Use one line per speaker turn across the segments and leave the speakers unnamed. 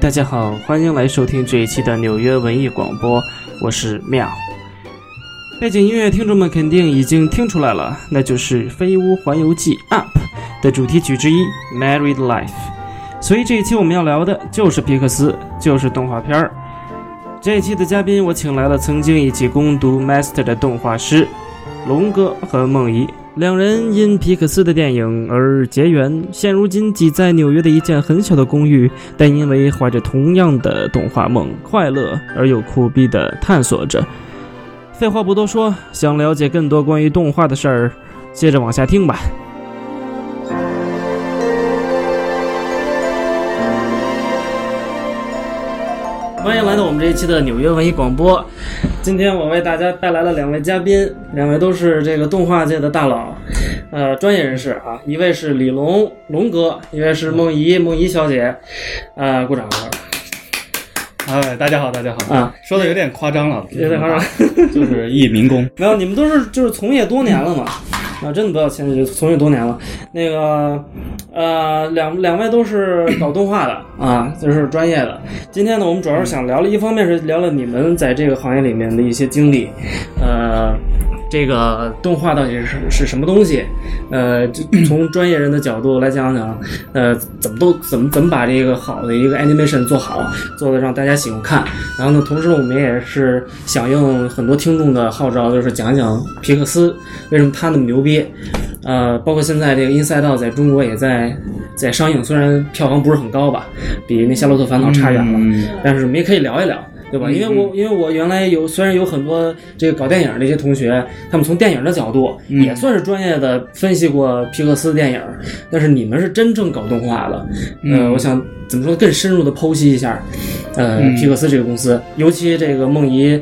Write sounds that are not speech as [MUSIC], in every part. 大家好，欢迎来收听这一期的纽约文艺广播，我是妙。背景音乐，听众们肯定已经听出来了，那就是《飞屋环游记 Up》的主题曲之一《Married Life》。所以这一期我们要聊的就是皮克斯，就是动画片儿。这一期的嘉宾，我请来了曾经一起攻读 Master 的动画师龙哥和梦怡，两人因皮克斯的电影而结缘，现如今挤在纽约的一间很小的公寓，但因为怀着同样的动画梦，快乐而又苦逼地探索着。废话不多说，想了解更多关于动画的事儿，接着往下听吧。欢迎来到我们这一期的纽约文艺广播。今天我为大家带来了两位嘉宾，两位都是这个动画界的大佬，呃，专业人士啊。一位是李龙龙哥，一位是梦怡梦怡小姐，呃，鼓掌鼓掌
哎，大家好，大家好
啊，
说的有点夸张了，
别在旁边。
[LAUGHS] 就是一民工，
没有，你们都是就是从业多年了嘛，啊，真的不要谦虚，从业多年了。那个，呃，两两位都是搞动画的啊，就是专业的。今天呢，我们主要是想聊了，一方面是聊了你们在这个行业里面的一些经历，呃。这个动画到底是是什么东西？呃，就从专业人的角度来讲讲，呃，怎么都怎么怎么把这个好的一个 animation 做好，做的让大家喜欢看。然后呢，同时呢，我们也是响应很多听众的号召，就是讲讲皮克斯为什么他那么牛逼。呃，包括现在这个《Inside Out》在中国也在在上映，虽然票房不是很高吧，比那《夏洛特烦恼》啊差远了，
嗯
但是我们也可以聊一聊。对吧？因为我因为我原来有虽然有很多这个搞电影的一些同学，他们从电影的角度也算是专业的分析过皮克斯电影，但是你们是真正搞动画的，呃，我想怎么说更深入的剖析一下，呃，皮克斯这个公司，尤其这个梦怡，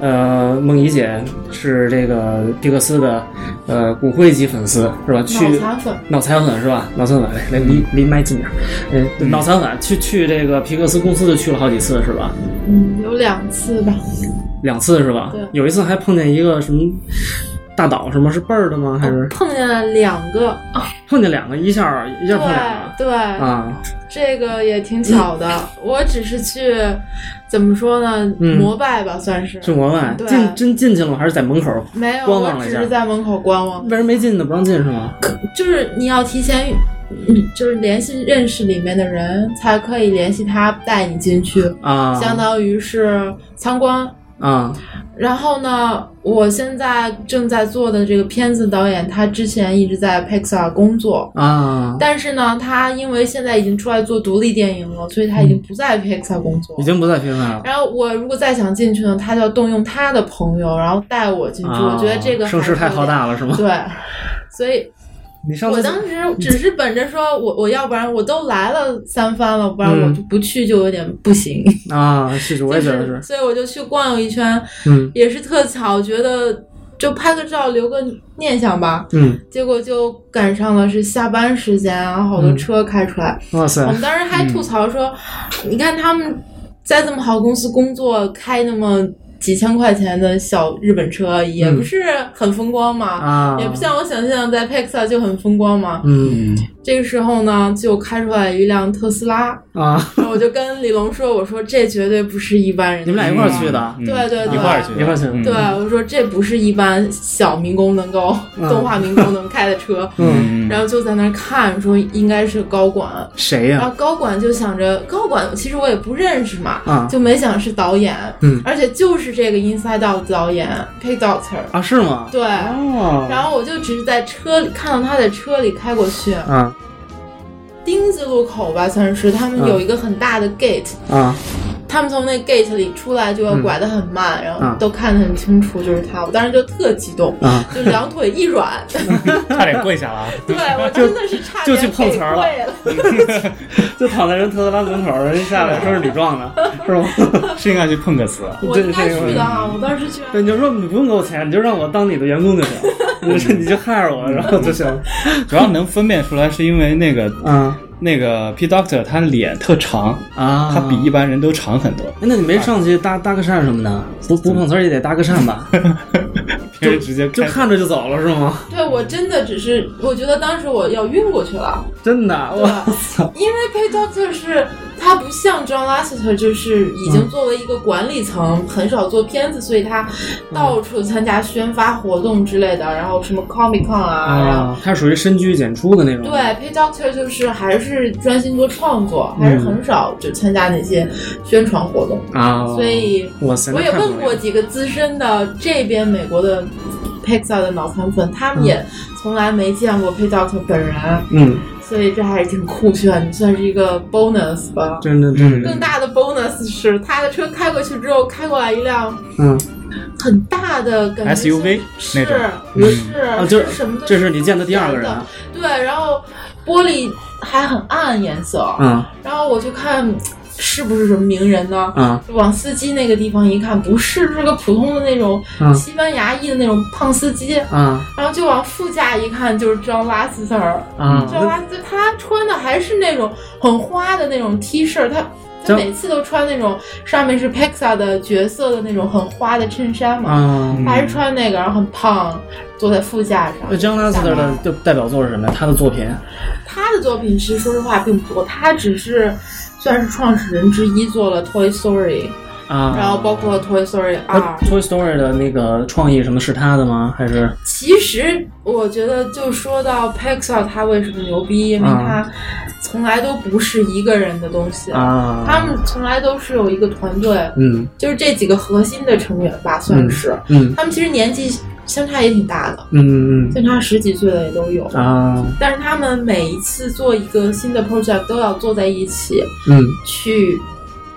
呃，梦怡姐是这个皮克斯的呃骨灰级粉丝是吧？去
脑残粉，
脑残粉是吧？脑残粉，哎来来离离麦近点儿，嗯，对脑残粉去去这个皮克斯公司就去了好几次是吧？
嗯，有两次吧，
两次是吧
对？
有一次还碰见一个什么大岛什么是辈儿的吗？还是
碰见了两个，
碰见两个一下一下碰两
对对，
个啊？
这个也挺巧的。
[LAUGHS]
我只是去，怎么说呢，
嗯
膜拜吧，算是
是国外
对
进真进去了吗？还是在门口？
没有，
观
我
望了一
只
下
是在门口观望。
为什么没进呢？不让进是吗？
就是你要提前，嗯就是联系认识里面的人，才可以联系他带你进去，
啊
相当于是参观。
啊
然后呢，我现在正在做的这个片子导演，他之前一直在 Pixar 工作，
啊！
但是呢，他因为现在已经出来做独立电影了，所以他已经不在 Pixar 工作。
嗯已经不在平台了。
然后我如果再想进去呢，他就要动用他的朋友，然后带我进去。
啊
嗯我觉得这个
声势
还
太
是有
浩大了是吗
点。？对，所以
你上
我
次
当时只是本着说我我要不然我都来了三番了，不然
嗯
我就不去就有点不行。
啊，是是，我也觉得，
就是所以我就去逛悠一圈，
嗯
也是特巧，觉得就拍个照留个念想吧。
嗯，
结果就赶上了是下班时间，然后好多
嗯
车开出来。
哇塞
我，们当时还吐槽说，
嗯
你看他们在这么好公司工作，开那么几千块钱的小日本车，也
嗯
不是很风光嘛。
啊，
也不像我想象在 Pixar 就很风光嘛。
嗯
这个时候呢，就开出来一辆特斯拉，
啊，
然后我就跟李龙说：“我说这绝对不是一般人。”
你们啊俩一块儿去的
嗯
对对对
一块儿去的，嗯
一块儿去的
对，我说这不是一般小民工能够、
嗯
动画民工能开的车。
嗯，
嗯，
然后就在那儿看，说应该是高管。
谁
然
呀？
后高管就想着，高管其实我也不认识嘛，
啊
就没想是导演，
嗯
而且就是这个 Inside Out 导演 Pig Doctor，
啊，是吗？
对。
哦，
然后我就只是在车里看到他在车里开过去，
啊
丁字路口吧，算是他们有一个很大的 gate，、
啊
他们从那 gate 里出来就要拐得很慢，然
啊
后都看得很清楚，就是他。我
嗯
当时就特激动，
啊，
就两腿一
[LAUGHS]
软，
差点跪下了啊。
对我真的是差
就
点
就去碰瓷儿了
给跪
[LAUGHS]
了。
[LAUGHS] 就躺在人特斯拉门口，人下来说是李壮 [LAUGHS] 的，是吗？
是应该去碰个瓷，
我应该去的啊，
嗯
我当时居然
对，你就说你不用给我钱，你就让我当你的员工就 [LAUGHS] 行，你就你就害我，然后就行。
主要能分辨出来是因为那个
嗯
那个 P Doctor 他脸特长，
啊
他比一般人都长很多，
哎那你没上去搭搭个讪什么的，不不碰瓷儿也得搭个讪吧？
平时直接
[LAUGHS] 就
开
看着就走了是吗？ [LAUGHS]
对我真的只是，我觉得当时我要晕过去了，
真的，
对
我
吧？因为 Pay Doctor 是他不像 John Lasseter，就是已
嗯
经作为一个管理层，很少做片子，所以他
嗯
到处参加宣发活动之类的，然后什么 Comic Con 啊，然后。
啊，他属于深居简出的那种。
对，P Doctor 就是还是专心做创作，还是
嗯
很少就参加那些宣传活动。
啊，
所以
哇塞，
我
那
也
太不
问
容易
过
了
几个资深的这边美国的 Pixar 的脑残粉，他们也从来没见过 P Doctor 本人，
嗯，
所以这还是挺酷炫，算是一个 bonus 吧。
真的真的
更大的 bonus 是他的车开过去之后，开过来一辆
嗯，
很大的感觉像
SUV
是
那种嗯
是
啊
是
就是
什么都
这是你见的第二个人啊
对，然后玻璃还很暗颜色，
啊
然后我就看是不是什么名人呢？
啊
往司机那个地方一看，不是，是个普通的那种
嗯
西班牙裔的那种胖司机。
啊
然后就往副驾一看，就是 John Lasseter，John
啊！那
Lasseter 他穿的还是那种很花的那种 T 恤，他他
John-
每次都穿那种上面是 Pixar 的角色的那种很花的衬衫嘛，
啊，
他还是穿那个，然后很胖，坐在副驾上。
那 John Lasseter 的呃就代表作是什么呀？他的作品
他的作品其实说实话并不多，他只是算是创始人之一，做了 Toy Story，、
啊，
然后包括 Toy Story
那
二。
Toy Story 的那个创意什么是他的吗？还是
其实我觉得，就说到 Pixar，它为什么牛逼，因为它从来都不是一个人的东西，
啊？
他们从来都是有一个团队，
嗯
就是这几个核心的成员吧，算是。
嗯
他们其实年纪相差也挺大的，
嗯嗯
相差十几岁的也都有。
啊
但是他们每一次做一个新的 project 都要坐在一起，
嗯
去，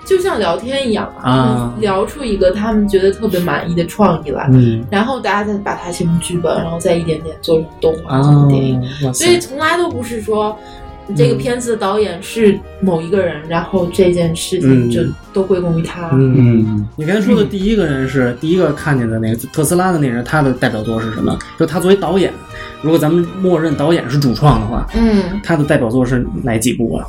就像聊天一样嘛
啊
聊出一个他们觉得特别满意的创意来，
嗯
然后大家再把它写成剧本，然后再一点点做成动画、
啊
做成电影，，
哇
所以
塞，
从来都不是说。这个
嗯
片子的导演是某一个人，然后这件事情
嗯
就都归功于他。
嗯。
嗯，
你刚才说的第一个人是第一个看见的那个特斯拉的那人，他的代表作是什么？就他作为导演，如果咱们默认导演是主创的话，
嗯，
他的代表作是哪几部啊？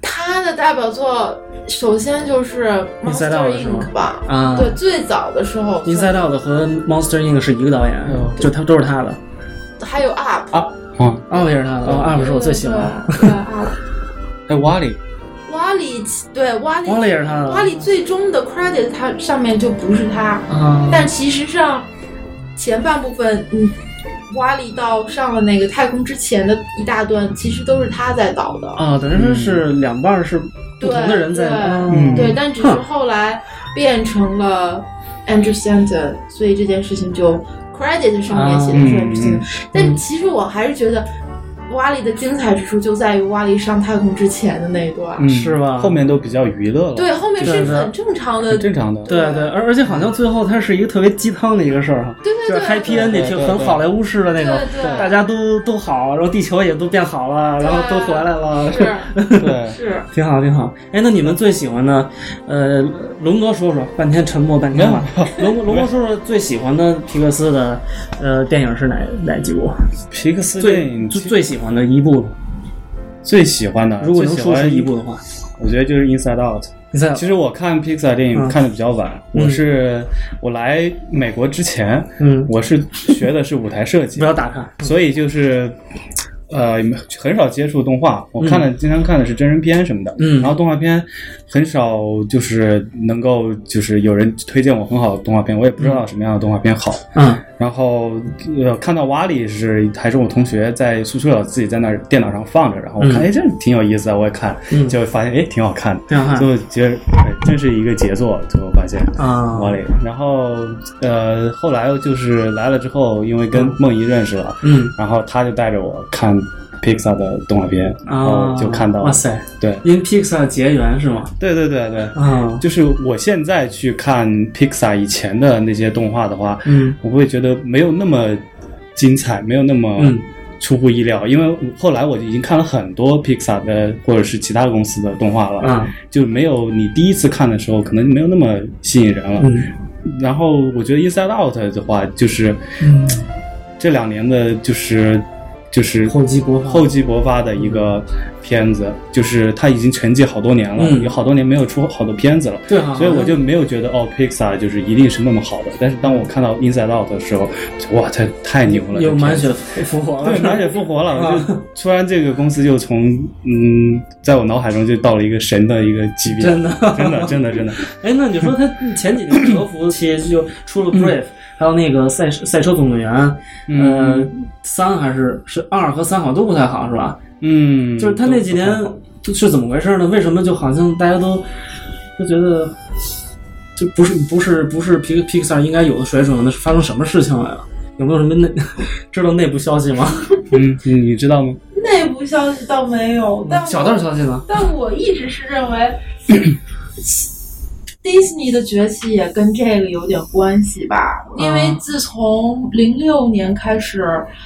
他的代表作首先就是《
你赛道
Monster
的时候
Inc》吧，
啊，
对，最早的时候，
，Inside Out 和 Monster Inc 是一个导演，
嗯
就他都是他的。
还有 Up，
嗯
哦，
Up 也是他的，哦，Up 是我最喜欢的。
对对对 Up，
还有哎 Wally，
瓦里对瓦里，
Wall-E 也是他的
瓦里最终的 credit 它上面就不是他，
啊，
但其实上前半部分，嗯，瓦里到上了那个太空之前的一大段，其实都是他在导的。
啊，等于说是两半儿是不同的人在，嗯
嗯对对，但只是后来变成了 Andrew Stanton，所以这件事情就 credit 上面写的是 Andrew Stanton，、
嗯
但其实我还是觉得。瓦里的精彩之处就在于瓦里上太空之前的那一段，
嗯
是吧
后面都比较娱乐了，
对，，后面是
对对
很正常的
很正常的。
对对，而而且好像最后它是一个特别鸡汤的一个事儿哈，
对
就
对对，
是 happy
对
ending，
对
就
对
很好莱坞式的那种
对，对
大家都都好，然后地球也都变好了，然后都回来了，
是
对，
是，
挺好挺好。哎，那你们最喜欢的，呃，龙哥说说，半天沉默半天了，龙龙哥说说最喜欢的皮克斯的，呃，电影是哪哪几部？
皮克斯电
最
影
最最喜欢的一部，
最喜欢的，
如果能说
最喜
出
欢
一部，的话，
我觉得就是 Inside Out。
你再
其实我看 Pixar 电影
嗯
看的比较晚，
嗯
我是我来美国之前，
嗯，
我是学的是舞台设计
不，要打岔，
所以就是。呃，很少接触动画，我看的、经常看的是真人片什么的，
嗯
然后动画片很少就是能够就是有人推荐我很好的动画片，我也不知道什么样的动画片好，
嗯
然后呃，看到瓦里是还是我同学在宿舍自己在那儿电脑上放着，然后我
嗯
看哎、这挺有意思的，我也看，
嗯
就发现哎挺好看的，
挺好看
就觉得哎真是一个杰作，就发现
啊
瓦里。然后呃，后来就是来了之后，因为跟梦怡认识了，
嗯
然后他就带着我看 Pixar 的动画片，然后
啊，
哦就看到
哇塞，
对
因 Pixar 结缘是吗？
对对对对，
啊，
就是我现在去看 Pixar 以前的那些动画的话，
嗯
我会觉得没有那么精彩，没有那么
嗯
出乎意料，因为后来我已经看了很多 Pixar 的或者是其他公司的动画了，
啊
就没有你第一次看的时候可能没有那么吸引人了。
嗯
然后我觉得 Inside Out 的话，就是
嗯
这两年的，就是就是
厚积薄发
厚积薄发的一个片子，就是他已经沉寂好多年了，
嗯
有好多年没有出好的片子了。
对啊，
所以我就没有觉得哦，Pixar 就是一定是那么好的。但是当我看到 Inside Out 的时候，哇，太太牛了！
有
这片
满
子
血复活了
对，，满血复
[LAUGHS]
活了，我
啊
就突然这个公司就从嗯，在我脑海中就到了一个神的一个级
[LAUGHS]
别，
真的。
真的真的
[LAUGHS]
真的，
哎，那你说他前几年德芙其实就出了 Brave，还有那个赛赛车总动员，呃，三还是是二和三好像都不太好是吧？
嗯，
就是他那几年是怎么回事呢？为什么就好像大家都都觉得就不是不是不是 P Pixar 应该有的水准？那是发生什么事情来了？有没有什么内 [LAUGHS] 知道内部消息吗？
嗯，你你知道吗？
内部消息倒没有，但我
嗯小道消息呢？
但我一直是认为迪士尼的崛起也跟这个有点关系吧，
嗯
因为自从零六年开始，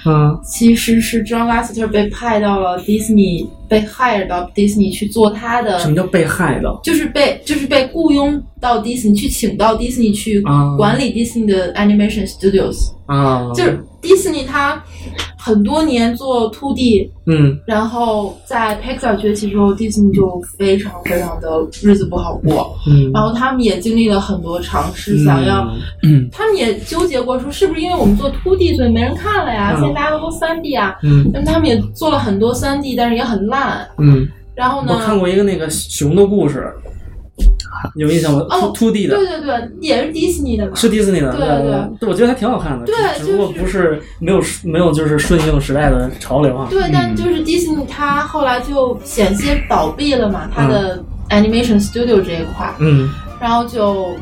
嗯
其实是 John Lasseter 被派到了迪士尼，被 hire 到迪士尼去做他的
什么叫被害的？
就是被就是被雇佣到迪士尼去请到迪士尼去
啊
管理迪士尼的 animation studios，、
啊，
就是迪士尼它很多年做2 D，
嗯
然后在 Pixar 崛起之后，迪士尼就非常非常的日子不好过，
嗯，
然后他们也经历了很多尝试，哦想要、他们也纠结过说是不是因为我们做2 D 所以没人看了呀，
嗯
现在大家都都3 D 啊，
嗯
但他们也做了很多3 D，但是也很烂，
嗯，
然后呢？
我看过一个那个熊的故事，有印象吗？
哦
秃秃地的
对。对对，也是迪士尼的嘛。
是迪士尼的，
对对
对对，我觉得还挺好看的，
对
只只不过
就
不
是
是没有没有就是顺应时代的潮流啊，
对，但就是迪士尼，它后来就险些倒闭了嘛，它的 animation studio 这一块，
嗯
然后就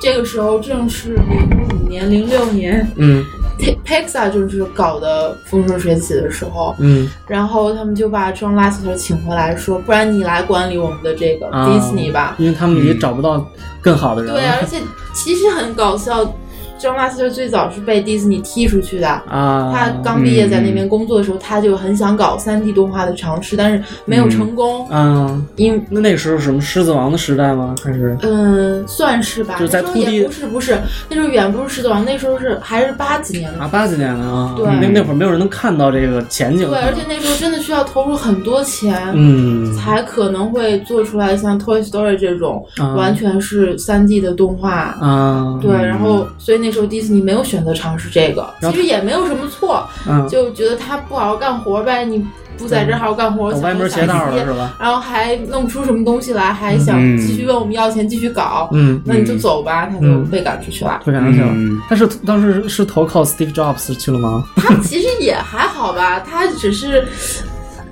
这个时候正是零五年、零六年
嗯
，Pi-，Pixar 就是搞得风生水起的时候，
嗯
然后他们就把 John Lasseter 请回来，说，不然你来管理我们的这个
啊
迪士尼吧。
因为他们也找不到更好的人
对，啊而
了
且其实很搞笑，John Lasseter 最早是被迪士尼踢出去的，
啊，
他刚毕业在那边工作的时候，他就很想搞3 D 动画的尝试，但是没有成功。
嗯啊，
因
那那时候是什么狮子王的时代吗？还是
嗯，算是吧，
就是在
那时候
2D
也不是不是，那时候远不是狮子王，那时候是还是八几年的。
啊八几年的啊？
嗯对
那那会儿没有人能看到这个前景
对，
的，
而且那时候真的需要投入很多钱，
嗯，
才可能会做出来像 Toy Story 这种、
啊
完全是3 D 的动画。
啊，
对，
嗯
然后所以那时候迪士尼没有选择尝试这个，
然
其
后
实也没有什么错，
嗯，
就觉得他不好好干活呗，你不在这儿好好干活，
我
想
哦歪门
东
邪
想
道了
西
是吧？
然后还弄不出什么东西来，还想
嗯
继续问我们要钱，继续搞，
嗯，
那你就走吧，他就被赶出去了。
退场去了。
嗯，
但是当时是投靠 Steve Jobs 去了吗？
他其实也还好吧，他只是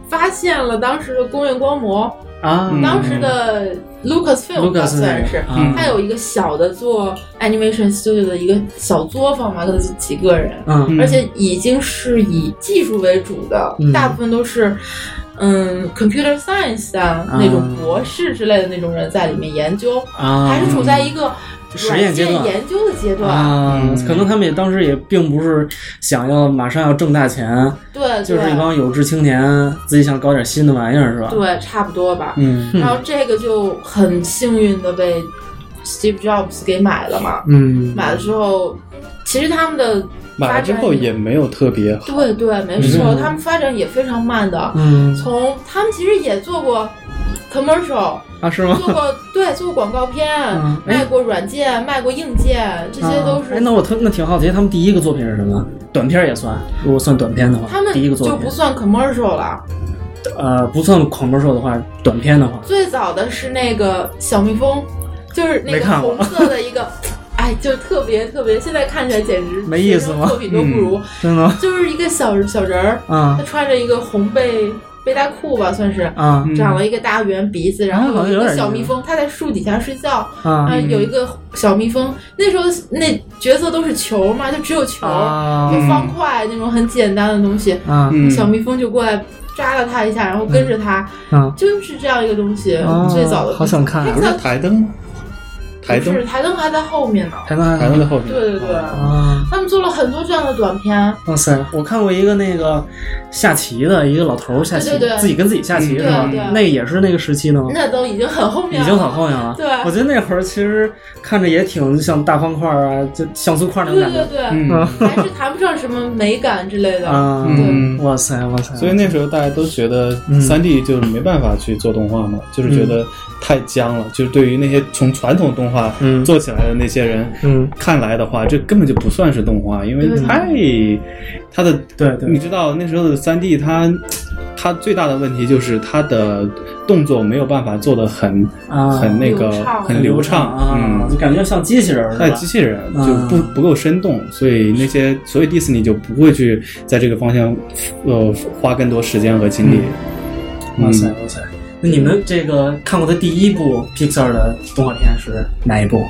发现了当时的工业光魔，
啊
嗯
当时的 Lucasfilm 吧
Lucas 那
算
个
是。
啊
他有一个小的做 animation studio 的一个小作坊嘛，可能就几个人，
嗯
而且已经是以技术为主的，
嗯
大部分都是，嗯，computer science 啊
啊
那种博士之类的那种人在里面研究，
啊，
还是处在一个
实验阶段
软件研究的阶段。
啊
嗯，
可能他们也当时也并不是想要马上要挣大钱，
对，对
就是一帮有志青年自己想搞点新的玩意儿，是吧？
对，差不多吧。
嗯
然后这个就很幸运的被 Steve Jobs 给买了嘛。
嗯，
买了之后，其实他们的
买了之后也没有特别好，
对对，没错，
嗯
他们发展也非常慢的。
嗯
从他们其实也做过
[LAUGHS]
commercial，
啊，是吗？
做过对，做过广告片，
嗯哎
卖过软件，卖过硬件，这些都
啊
是
哎，那我特那挺好奇，他们第一个作品是什么？短片也算，如果算短片的话，
他们
第一个作
就
品
不算 commercial 了。
呃不算狂魔兽的话，短片的话，
最早的是那个小蜜蜂，就是那
没
个
看过
红色的
[LAUGHS]
一个，哎，就特别特别，现在看起来简直
没意思吗嗯
学生作品都不如，
真的吗
就是一个小小人儿，
啊
他穿着一个红背背带裤吧，算是。
啊
嗯
长了一个大圆鼻子，然
啊好
后
像
有一
有
个
点
小
意
蜜
思
蜂，他在树底下睡觉，
啊
嗯，有一个小蜜蜂。那时候那角色都是球嘛，就只有球，
啊
就方块那种很简单的东西。
啊
嗯
小蜜蜂就过来抓了他一下，然后跟着他，
啊！
就是这样一个东西。
啊
嗯最早的
好想看啊
不是台灯吗？台
不
灯
是，台灯还在后面呢。
台湾
台灯在后面。
对对对，
啊。
他们做了很多这样的短片，
啊
哇塞！我看过一个那个下棋的一个老头儿下棋，
对对对
自己跟自己下棋
嗯
是吧？
对对
那个也是那个时期的吗？
那都已经很后面
已
了，
经很后面了。
对
我觉得那会儿其实看着也挺像大方块啊，就像素块那
对
种感觉
对。对，
嗯
还是谈不上什么美感之类的。
啊，
嗯
哇塞哇塞！
所以那时候大家都觉得
嗯
三 D 就是没办法去做动画嘛，就是觉得太僵了。就是对于那些从传统动画
嗯
做起来的那些人，
嗯，
看来的话，这根本就不算是动画，因为
对
太它的
对对
你知道那时候的三 D 它。它最大的问题就是它的动作没有办法做的很、
啊
很那个
流畅
很流畅，
啊，
嗯
就，感觉像机器人儿
太
似
机
的。
器人就不、
嗯
不够生动，所以那些所以迪士尼就不会去在这个方向呃花更多时间和精力。嗯
哇塞哇塞！那你们这个看过的第一部 Pixar 的动画片是哪一部？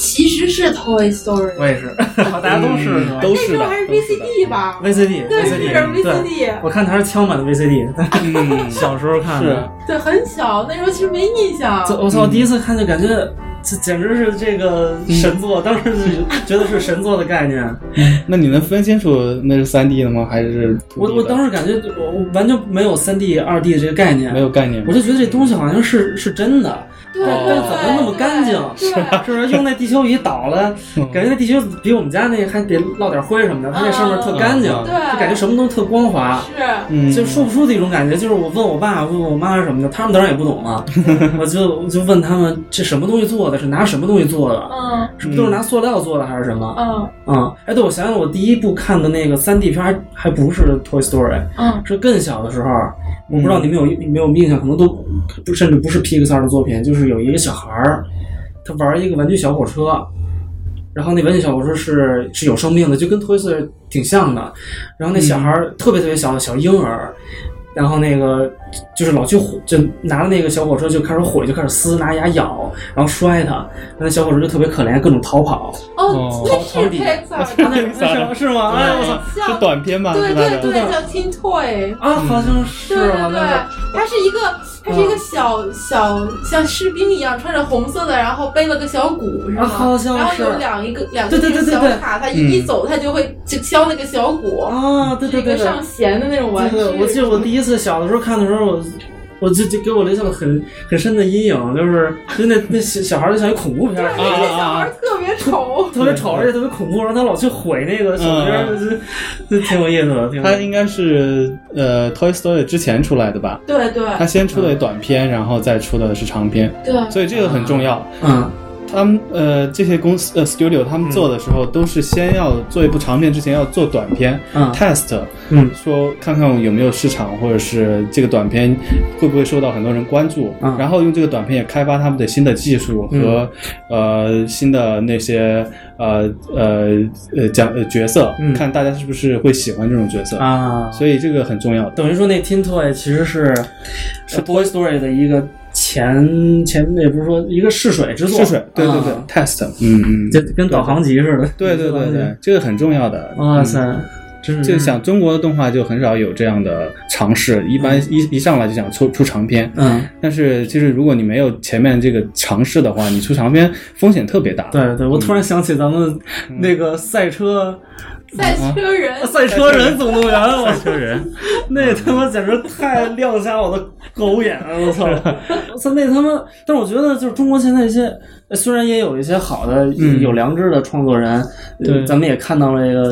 其实是 Toy Story，
我也是， [LAUGHS] 大家都是是吧
嗯都
那
是
时
的
候，还是
都是的
VCD 吧？
VCD
对，是
VCD 对。
VCD，
我看它是枪版的 VCD，
嗯，
小时候看的。
对，很小，那时候其实没印象。
这我操！第一次看就感觉这简直是这个神作，当时是觉得是神作的概念。
那你能分清楚那是三 D 的吗？还是 2D
我
的
我当时感觉我我完全没有三 D、二 D 的这个概念，
没有概念
我，就觉得这东西好像是是真的，
对
但
对
但怎么那么干净？
对对
哦是不啊是用那地球仪倒了？
嗯
感觉那地球比我们家那还得落点灰什么的，它那上面特干净，
嗯
就
对
感觉什么都特光滑。
是
嗯，
就说不出的一种感觉，就是我问我爸、问我妈什么的，他们当然也不懂啊。我就我就问他们这什么东西做的，是拿什么东西做的，
嗯
是不是都是拿塑料做的还是什么？
嗯
啊、哎，对，我想想，我第一部看的那个三 D 片还还不是《Toy Story》，
嗯，
是更小的时候，我不知
嗯
道你们有有没有印象，可能都不甚至不是 Pixar 的作品，就是有一个小孩儿，他玩一个玩具小火车，然后那玩具小火车是是有生命的，就跟 Toy Story 挺像的，然后那小孩儿、特别特别小的小婴儿。然后那个就是老去火，就拿着那个小火车就开始毁，就开始撕，拿牙咬，然后摔它。然后那小火车就特别可怜，各种逃跑。
哦，那是 Pixar
啊， [LAUGHS] 那
的，
那是是吗？哎，我操！
像
是短片吗？
对
是吧
对对，叫 Teen Toy。
[LAUGHS] 啊，好像是
对对
啊，
对
那，
它是一个，它是一个小小像士兵一样，穿着红色的，然后背了个小鼓，是
啊
吗？
好像
然后
是
有两一个两
对
个
对对对
小
对
卡，它
嗯
一一走它就会就敲那个小鼓，
个啊，对对对
是一
对，
个上弦的那种玩具。
对，我记得我第一次小的时候看的时候，我我就就给我留下了很很深的阴影，就是就那那小小孩儿就像一恐怖片儿
[LAUGHS]
对，
啊
那个小孩儿特别丑，
特别丑，而且特别恐怖，然后他老去毁那个小兵
嗯
儿，就就挺有意思的，挺有
它
意思
应该是呃《Toy Story》之前出来的吧？
对对
它先出的
嗯
短片，然后再出的是长片，
对，
所以这个很重要。
的嗯
他们呃，这些公司呃 studio 他们做的时候，都是先要做一部长片之前要做短片、
嗯
test，
嗯
说看看有没有市场，或者是这个短片会不会受到很多人关注，
嗯
然后用这个短片也开发他们的新的技术和、呃新的那些呃呃呃讲呃角色、
嗯
看大家是不是会喜欢这种角色，
啊，
所以这个很重要的。
等于说那 Teen Toy 其实是是 Toy Story 的一个前前也不是说一个试水之作，
试水，对对对、
啊
t e s t 嗯嗯，
就跟导航集似的，
对对对对，
嗯
这个很重要的。
哇
嗯
塞，真是
就想中国的动画就很少有这样的尝试，一般一一上来就想出出长篇，
嗯。
但是其实如果你没有前面这个尝试的话，你出长篇风险特别大。
对对，我突然想起咱们
嗯
那个赛车、哎
赛车
[LAUGHS]
人，
赛车人总动员，啊我
车人，
[LAUGHS] 那他妈简直太亮瞎我的狗眼了！我操，我操那他妈！但是我觉得就是中国现在一些，呃虽然也有一些好的、
嗯
有良知的创作人，
对
呃咱们也看到了这个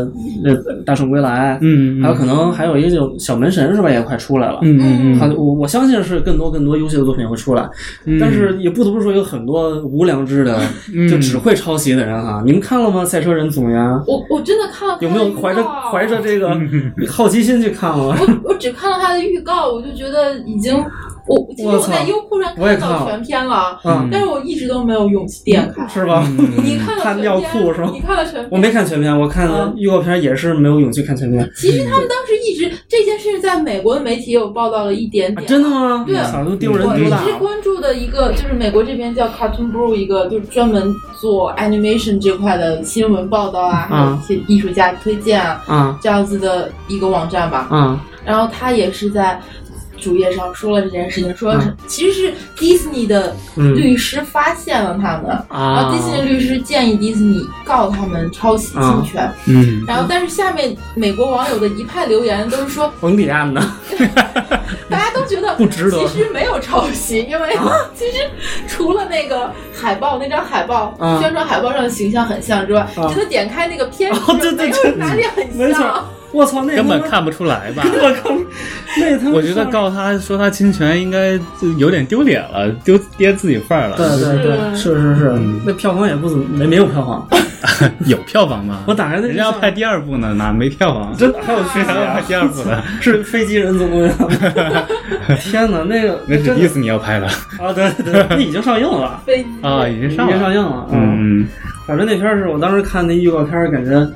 呃大圣归来，
嗯，嗯
还有可能还有一个就小门神是吧，也快出来了。
嗯嗯
他我我相信是更多更多优秀的作品会出来，
嗯，
但是也不得不说有很多无良知的，
嗯
就只会抄袭的人哈、你们看了吗？《赛车人总动员》
我我真的看了
有没有
他的预
怀着
告
怀着这个
嗯
好奇心去看了？
我只看了他的预告，我就觉得已经，我其实
我
我
操
在优酷上
我也
看到
看了
全片了，
嗯
但是我一直都没有勇气点开。
啊是吧？
嗯
[LAUGHS]
你看了
看
全
尿
片
裤是吗
你看了全
我
片。
没看全片，我看
啊
了预告片也是没有勇气看全片。
其实他们当时一直这件事情在美国的媒体也有报道了一点
啊、
点，
真的啊吗？
对
嗓子丢人
我
丢
一
大
直
了。
关注的一个就是美国这边叫 Cartoon Brew，一个就是专门做 animation 这块的新闻报道啊，还有
嗯
一些艺术家推荐啊
啊
这样子的一个网站吧。
啊
然后他也是在主页上说了这件事情，说是其实是迪士尼的
嗯
律师发现了他们，然
啊
后迪士尼律师建议迪士尼告他们抄袭
啊
侵权，
嗯，
然后但是下面美国网友的一派留言都是说，
甭抵案呢，
大家都觉得
嗯不值得啊
其实没有抄袭，因为 [LAUGHS] 其实除了那个海报那张海报、
啊
宣传海报上的形象很像之外，
啊
你就能点开那个片子，
哦对对对
没有哪里很
没错
像。
我操，那
根本
他妈
看不出来
[LAUGHS]
吧？
我靠，那他妈
我觉得
上
告他说他侵权应该就有点丢脸了，丢跌自己份儿了。
对对对，
是
是是是，
嗯
那票房也不怎么没没有票房，
[LAUGHS] 有票房吗？
我打开那
嗯人家要拍第二部呢，哪没票房？ [LAUGHS]
真的还有飞
为
机
啥要
啊
拍，第二部
[LAUGHS]
呢？
是飞机人总动员。
[LAUGHS]
天哪，那个
那是
真
迪
的
士尼要拍的
啊，对对
[LAUGHS]
对，那已经上映了，
被
啊，已经
已
上
经
了
上。映了。
嗯，
反正那片儿是我当时看那预告片儿，感觉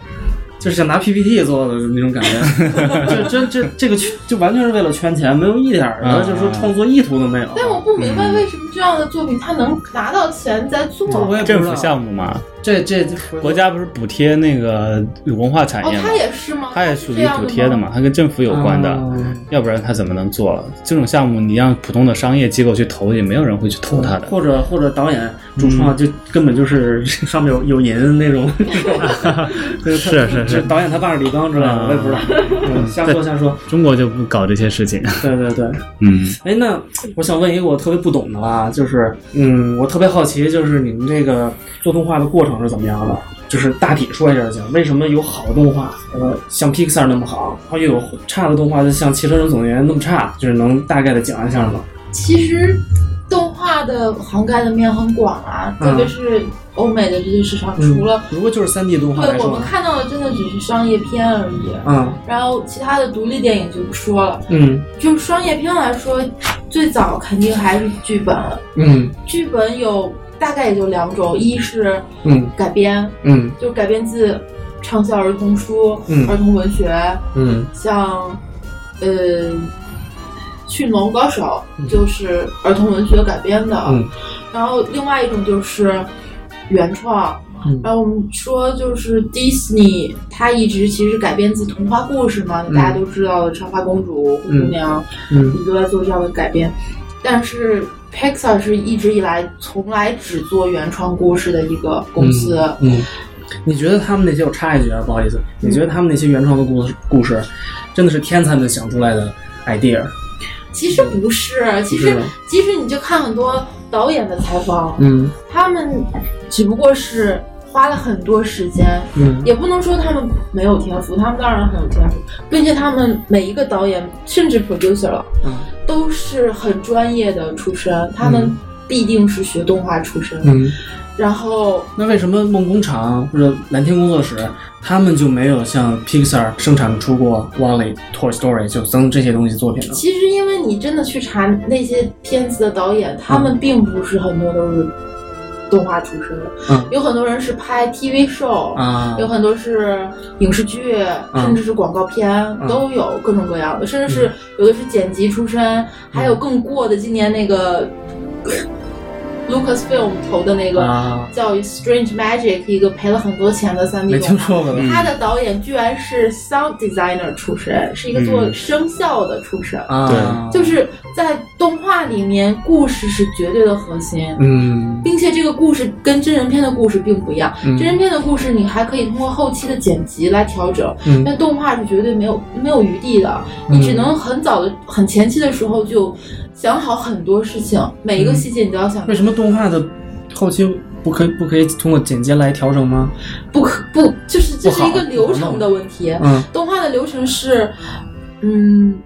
就是想拿 PPT 做的那种感
[LAUGHS]
觉，这这这这个圈就完全是为了圈钱，没有一点儿
啊
的就是说创作意图都没有。
但我不明
嗯
白为什么这样的作品它能拿到钱再做。哦
我也不知
政
道
府项目嘛，
这这
国家不是补贴那个文化产
哦
业，吗
它？也是吗？
它也
是
属
这
于
样
补贴的
吗？
嘛，它跟政府有关的，
哦啊
要不然它怎么能做？这种项目你让普通的商业机构去投，也没有人会去投它的。嗯
或者或者导演主创就根本就是 [LAUGHS] 上面有有银那
[LAUGHS]
种， [LAUGHS] 是
是是是啊
导演他爸是李刚之类的，我也不知道，嗯瞎说瞎说。
中国就不搞这些事情。
对对对，
嗯，
哎，那我想问一个我特别不懂的啦，就是嗯，我特别好奇，就是你们这个做动画的过程是怎么样的？就是大体说一下就行。为什么有好的动画，呃，像 Pixar 那么好，然后又有差的动画，就像《汽车人总动员》那么差？就是能大概的讲一下吗？
其实动画的涵盖的面很广啊，
嗯
特别是欧美的这些市场，
嗯
除了
如果就是三 D 动画来
对我
说
们，看到的真的只是商业片而已。
嗯
啊，
然后其他的独立电影就不说了，
嗯
就是商业片来说，最早肯定还是剧本，
嗯
剧本有大概也就两种，一是
嗯
改编，
嗯
就改编自畅销儿童书、
嗯
儿童文学，
嗯
像呃《驯龙高手
嗯》
就是儿童文学改编的，
嗯
然后另外一种就是原创。
嗯
然后我们说，就是迪士尼，它一直其实改编自童话故事嘛，
嗯
大家都知道的《长发公主》《灰姑娘》
嗯
一直都在做这样的改编。但是 Pixar 是一直以来从来只做原创故事的一个公司，
嗯，你觉得他们那些我插一句啊，不好意思，你觉得他们那些原创的故事故事，真的是天才们想出来的 idea？
其实不是，其
是
实
吗
其实你就看很多导演的采访，
嗯
他们只不过是花了很多时间，
嗯
也不能说他们没有天赋，他们当然很有天赋，并且他们每一个导演甚至 producer 了都是很专业的出身，他们
嗯
必定是学动画出身，
嗯，
然后
那为什么梦工厂或者蓝天工作室他们就没有像 Pixar 生产出过 Wall-E、Toy Story 就等这些东西作品呢？
其实，因为你真的去查那些片子的导演，他们并不是很多都是动画出身的，
嗯
有很多人是拍 TV show，、
啊
有很多是影视剧，
嗯
甚至是广告片，都有各种各样的，甚至是有的是剪辑出身，
嗯
还有更过的，今年那个 Lucasfilm 投的那个、
啊，
叫《Strange Magic》，一个赔了很多钱的三 D
没
动
听
画。
说过的。嗯
他的导演居然是 sound designer 出身，是一个做
嗯
声效的出身。
啊，
就是在动画里面，故事是绝对的核心，
嗯
并且这个故事跟真人片的故事并不一样。
嗯
真人片的故事你还可以通过后期的剪辑来调整，
嗯
但动画是绝对没有没有余地的。
嗯
你只能很早的、很前期的时候就想好很多事情，每一个细节你都要想
嗯为。什么动画的后期不可以不可以通过剪接来调整吗？
不可不，就是这是一
不
个
好
流程的问题。
嗯
动画的流程是，嗯，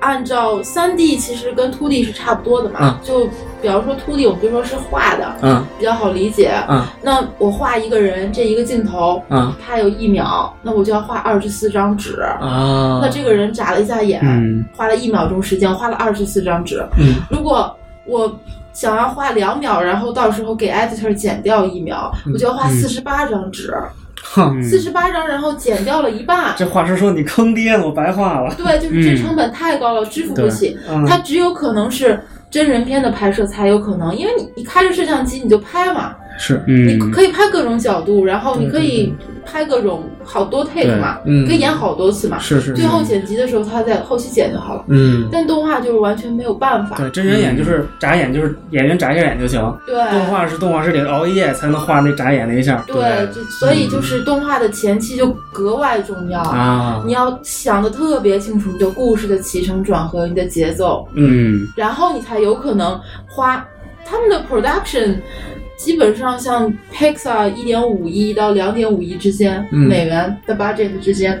按照三 D 其实跟2 D 是差不多的嘛。
嗯
就比方说2 D，我们就说是画的，
嗯
比较好理解。
嗯
那我画一个人，这一个镜头，
嗯
它有一秒，那我就要画二十四张纸。
啊，
那这个人眨了一下眼，
嗯
花了一秒钟时间，画了二十四张纸。
嗯
如果我想要画两秒，然后到时候给 editor 减掉一秒，
嗯
我就要画四十八张纸，
嗯
哼，
四十八张，然后减掉了一半。
这话是说你坑爹呢，我白画了。
对，就是这
嗯
成本太高了，支付不
对
起。
嗯
它只有可能是真人片的拍摄才有可能，因为你你开着摄像机你就拍嘛，
是
你
嗯
可以拍各种角度，然后你可以拍各种好多 take
对
嘛，
嗯
可以演好多次嘛。
是是
最后剪辑的时候，他在后期剪就好了。
嗯，
但动画就是完全没有办法，
对，真人演就是眨眼，就是演员眨下眼就行。
对，
动画是动画师得熬夜才能画那眨眼那一下。
对，就所以就是动画的前期就格外重要。
嗯啊，
你要想的特别清楚，你的故事的起承转合，你的节奏，
嗯，
然后你才有可能花他们的 production。基本上像 Pixar 一点五亿到两点五亿之间、
嗯
美元的 budget 之间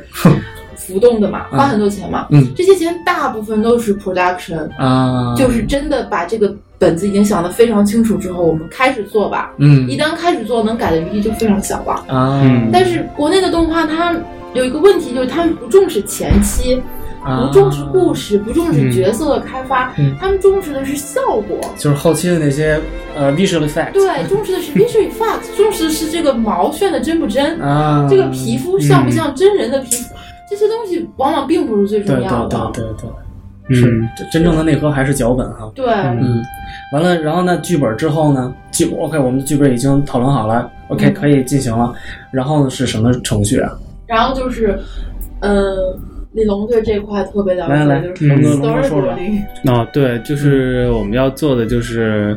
浮动的嘛，
嗯
花很多钱嘛。
嗯
这些钱大部分都是 production，、
啊，
就是真的把这个本子已经想得非常清楚之后，我们开始做吧。
嗯
一旦开始做，能改的余地就非常小了。
啊，
嗯
但是国内的动画它有一个问题，就是他们不重视前期，不重视故
事，
事，不重视角色的开发，
嗯
他们重视的是效果。
就是后期的那些呃 visual effect。
对，重视的是 visual effect，重视的是这个毛炫的真不真，
啊，
这个皮肤像不像真人的皮肤，这些东西往往并不是最
对
重
对
要的
对。对对，是
嗯，
真正的内核还是脚本哈。
对，
嗯
嗯，完了，然后呢，剧本之后呢，剧 OK，我们的剧本已经讨论好了，OK
嗯
可以进行了。然后是什么程序啊？
然后就是，呃，李龙对这块特别了解，
来来来嗯
就是
龙哥
storyboarding，
龙哥说说
哦，对，就是
嗯
我们要做的就是，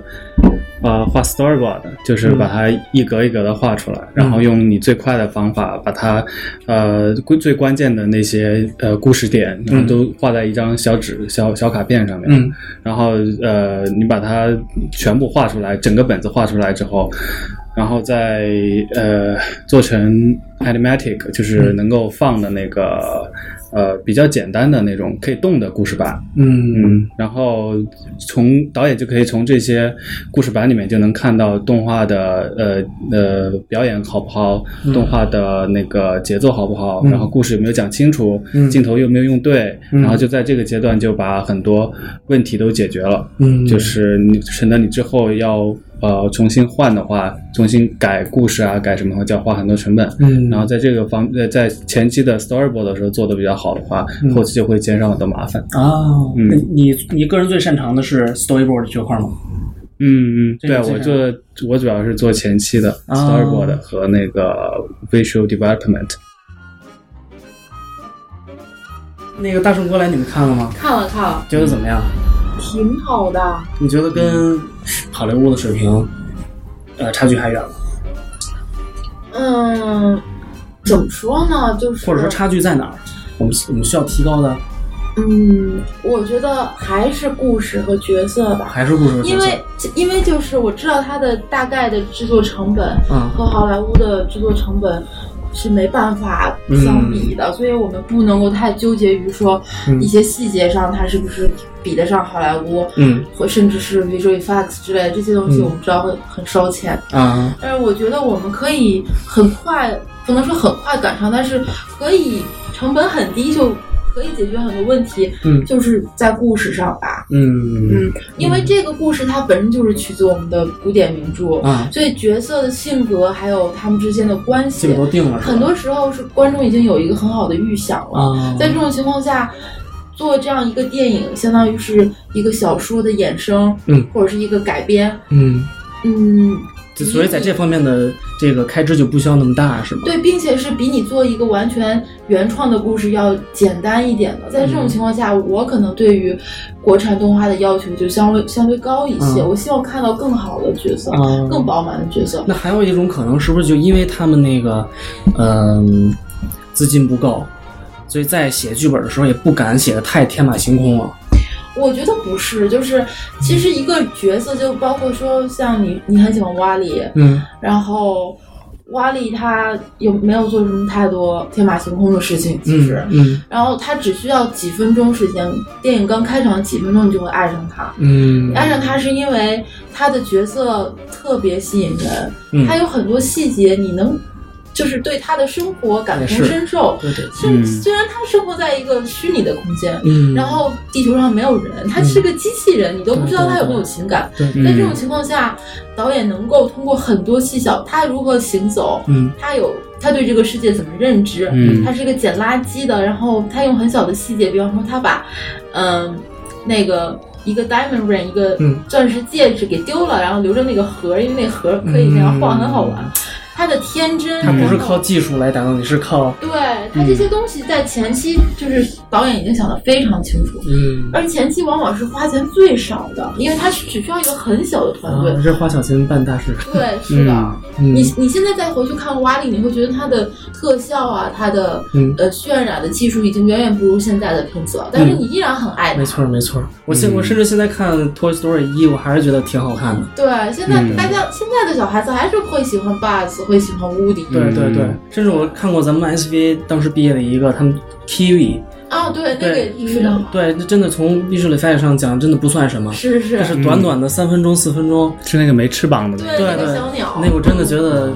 呃，画 storyboard，就是
嗯
把它一格一格的画出来，然后用你最快的方法把它，呃，最最关键的那些呃故事点，然后
嗯
都画在一张小纸小小卡片上面，
嗯
然后呃，你把它全部画出来，整个本子画出来之后，然后再呃做成 animatic，就是
嗯
能够放的那个呃比较简单的那种可以动的故事板，
嗯
嗯，然后从导演就可以从这些故事板里面就能看到动画的呃呃表演好不好，
嗯
动画的那个节奏好不好，
嗯
然后故事有没有讲清楚，
嗯
镜头有没有用对，
嗯
然后就在这个阶段就把很多问题都解决了。
嗯
就是你省得你之后要呃重新换的话，重新改故事啊，改什么就要花很多成本。
嗯
然后在这个方呃在前期的 storyboard 的时候做的比较好的话，
嗯
后期就会减少很多麻烦。
哦，
嗯
那你你个人最擅长的是 storyboard 这块吗？
嗯嗯，
这个
对
最
我
擅
做我主要是做前期的
啊
storyboard 和那个 visual development。
那个《大圣归来》你们看了吗？
看了看了，
觉得怎么样？
挺好的。
你觉得跟好莱坞的水平，呃，差距还远吗？
嗯，怎么说呢？就是
或者说差距在哪儿？我们我们需要提高的
嗯，我觉得还是故事和角色吧，
还是故事和角色？
因为因为就是我知道它的大概的制作成本
嗯
和好莱坞的制作成本。是没办法相比的，所以我们不能够太纠结于说
嗯
一些细节上它是不是比得上好莱坞，
嗯
或甚至是 visual effects 之类的这些东西，
嗯
我们知道很很烧钱。
啊
但是我觉得我们可以很快，不能说很快赶上，但是可以成本很低就可以解决很多问题，
嗯
就是在故事上吧。
嗯
嗯，因为这个故事它本身就是取自我们的古典名著，
啊，
所以角色的性格还有他们之间的关
基
系
本，都定了，是吧
很多时候是观众已经有一个很好的预想了。
啊，
在这种情况下，做这样一个电影，相当于是一个小说的衍生，
嗯，
或者是一个改编，
嗯，
嗯，
就所以在这方面的这个开支就不需要那么大，是吗？
对，并且是比你做一个完全原创的故事要简单一点的。在
嗯
这种情况下，我可能对于国产动画的要求就相对相对高一些。
嗯
我希望看到更好的角色，
啊，
更饱满的角色。
那还有一种可能，是不是就因为他们那个，嗯、资金不够，所以在写剧本的时候也不敢写的太天马行空了。
我觉得不是，就是其实一个角色，就包括说像你，你很喜欢瓦里，
嗯
然后瓦里他有没有做什么太多天马行空的事情？其实。
嗯
然后他只需要几分钟时间，电影刚开场几分钟你就会爱上他。
嗯
爱上他是因为他的角色特别吸引人，
嗯
他有很多细节你能就是对他的生活感同
也是
身受。
对对，
虽、
嗯
虽然他生活在一个虚拟的空间，
嗯
然后地球上没有人，他是个机器人，你都不知道他有没有情感。
对，
嗯
在这种情况下，导演能够通过很多细小，他如何行走，
嗯
他有他对这个世界怎么认知，
嗯
他是一个捡垃圾的，然后他用很小的细节，比方说他把，嗯，那个一个 diamond ring 一个
嗯
钻石戒指给丢了，然后留着那个盒，因为那盒可以这样晃，
嗯
很好玩。他他的天真，
它不是
然后
靠嗯技术来打动你，是靠
对他这些东西在前期就是导演已经想得非常清楚，
嗯，
而前期往往是花钱最少的，因为他只需要一个很小的团队
啊，。这花小钱办大事，
对，是的。
嗯
你你现在再回去看瓦力，你会觉得它的特效啊，它的、
嗯
呃渲染的技术已经远远不如现在的片子了，但是
嗯
你依然很爱它。
没错没错，我现
嗯
我甚至现在看《Toy Story 一》，我还是觉得挺好看的。
对，现在
嗯
大家、现在的小孩子还是会喜欢 Buzz，会喜欢 Woody。
对对对
嗯，
甚至我看过咱们 SBA 当时毕业的一个，他们 Kiwi，
啊、对，那个
对
也是的，
对，那真的从历史理发上讲，真的不算什么，
是
但
是，
是短短的三分钟、四分钟，
是那个没翅膀的那个。
对
对
那
对
个小鸟，
那个我真的觉得，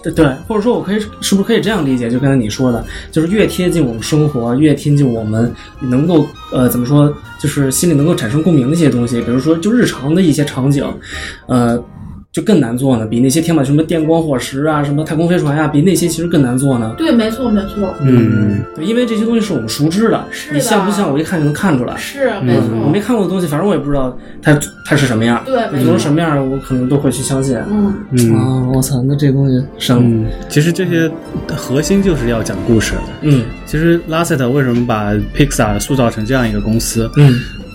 对对，或者说我可以是不是可以这样理解？就刚才你说的，就是越贴近我们生活，越贴近我们能够呃怎么说，就是心里能够产生共鸣的一些东西，比如说就日常的一些场景，呃。就更难做呢，比那些天马什么电光火石啊，什么太空飞船呀、比那些其实更难做呢。
对，没错没错，
嗯，
对，因为这些东西是我们熟知的，
是
你像不
的
像我一看就能看出来。
是没错。
嗯，我没看过的东西，反正我也不知道它它是什么样，
对没
做成
错
什么样儿，我可能都会去相信。
嗯，
嗯
啊，我操，那这东西神，
嗯，其实这些核心就是要讲故事。
嗯
其实拉塞特为什么把 Pixar 塑造成这样一个公司，
嗯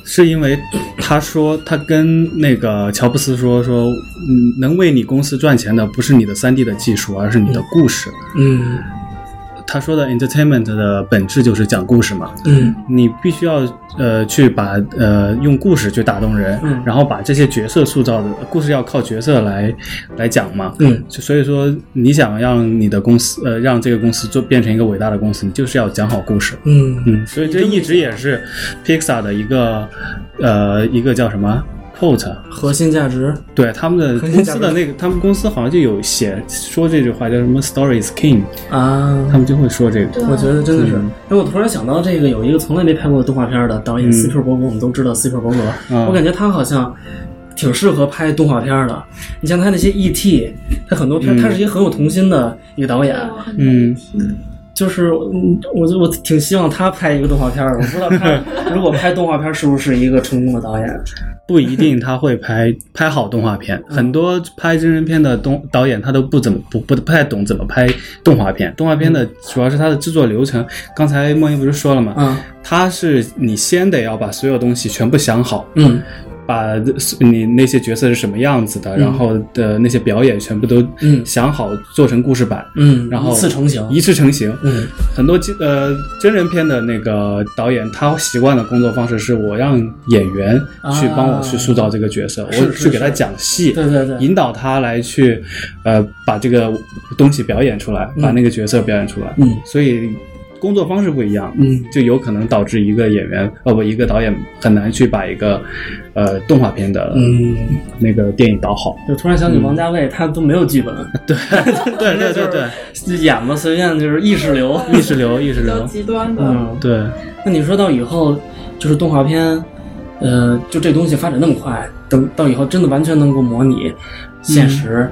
是因为他说他跟那个乔布斯说说，嗯，能为你公司赚钱的不是你的3 D 的技术，而是你的故事。
嗯
他说的 entertainment 的本质就是讲故事嘛，
嗯
你必须要呃去把呃用故事去打动人，
嗯
然后把这些角色塑造的故事要靠角色来来讲嘛，
嗯
就所以说，你想让你的公司，呃，让这个公司做变成一个伟大的公司，你就是要讲好故事。
嗯
嗯，所以这一直也是 Pixar 的一个，呃，一个叫什么 quote，
核心价值，
对他们的公司的那个，他们公司好像就有写说这句话叫什么 “Stories King”，
啊
他。们就会说这个。
对，
我觉得真的是
嗯，
因为我突然想到这个有一个从来没拍过动画片的导演
嗯
斯皮尔伯格，我们都知道斯皮尔伯格，
嗯
我感觉他好像挺适合拍动画片的。你像他那些 E.T.，他很多片，
嗯
他是一个很有童心的一个导演，
对我很
嗯
就是嗯我就我挺希望他拍一个动画片儿的，我不知道他 [LAUGHS] 如果拍动画片儿是不是一个成功的导演。
不一定他会拍 [LAUGHS] 拍好动画片，
嗯
很多拍真人片的东导演他都不怎么不不不太懂怎么拍动画片。动画片的主要是它的制作流程，刚才梦一不是说了嘛，
嗯
它是你先得要把所有东西全部想好，
嗯
把你那些角色是什么样子的，
嗯
然后的那些表演全部都
嗯
想好，做成故事版，
嗯，
然后
一次成型。
一次成型。
嗯
很多真呃真人片的那个导演，他习惯的工作方式是我让演员去
啊
帮我去塑造这个角色，
是
我
是
去给他
是
讲戏，
对对对
引导他来去呃把这个东西表演出来，
嗯
把那个角色表演出来。
嗯
所以工作方式不一样，
嗯
就有可能导致一个演员呃不一个导演很难去把一个呃动画片的
嗯，
那个电影导好。
[LAUGHS] 就突然想
嗯
起王家卫，他都没有剧本，
对对对对，
就演吧，随便就是意识流。
意识流意识
比较 [LAUGHS]
流，
极端的，
嗯，
对。
那你说到以后就是动画片，呃，就这东西发展那么快，等到以后真的完全能够模拟现实，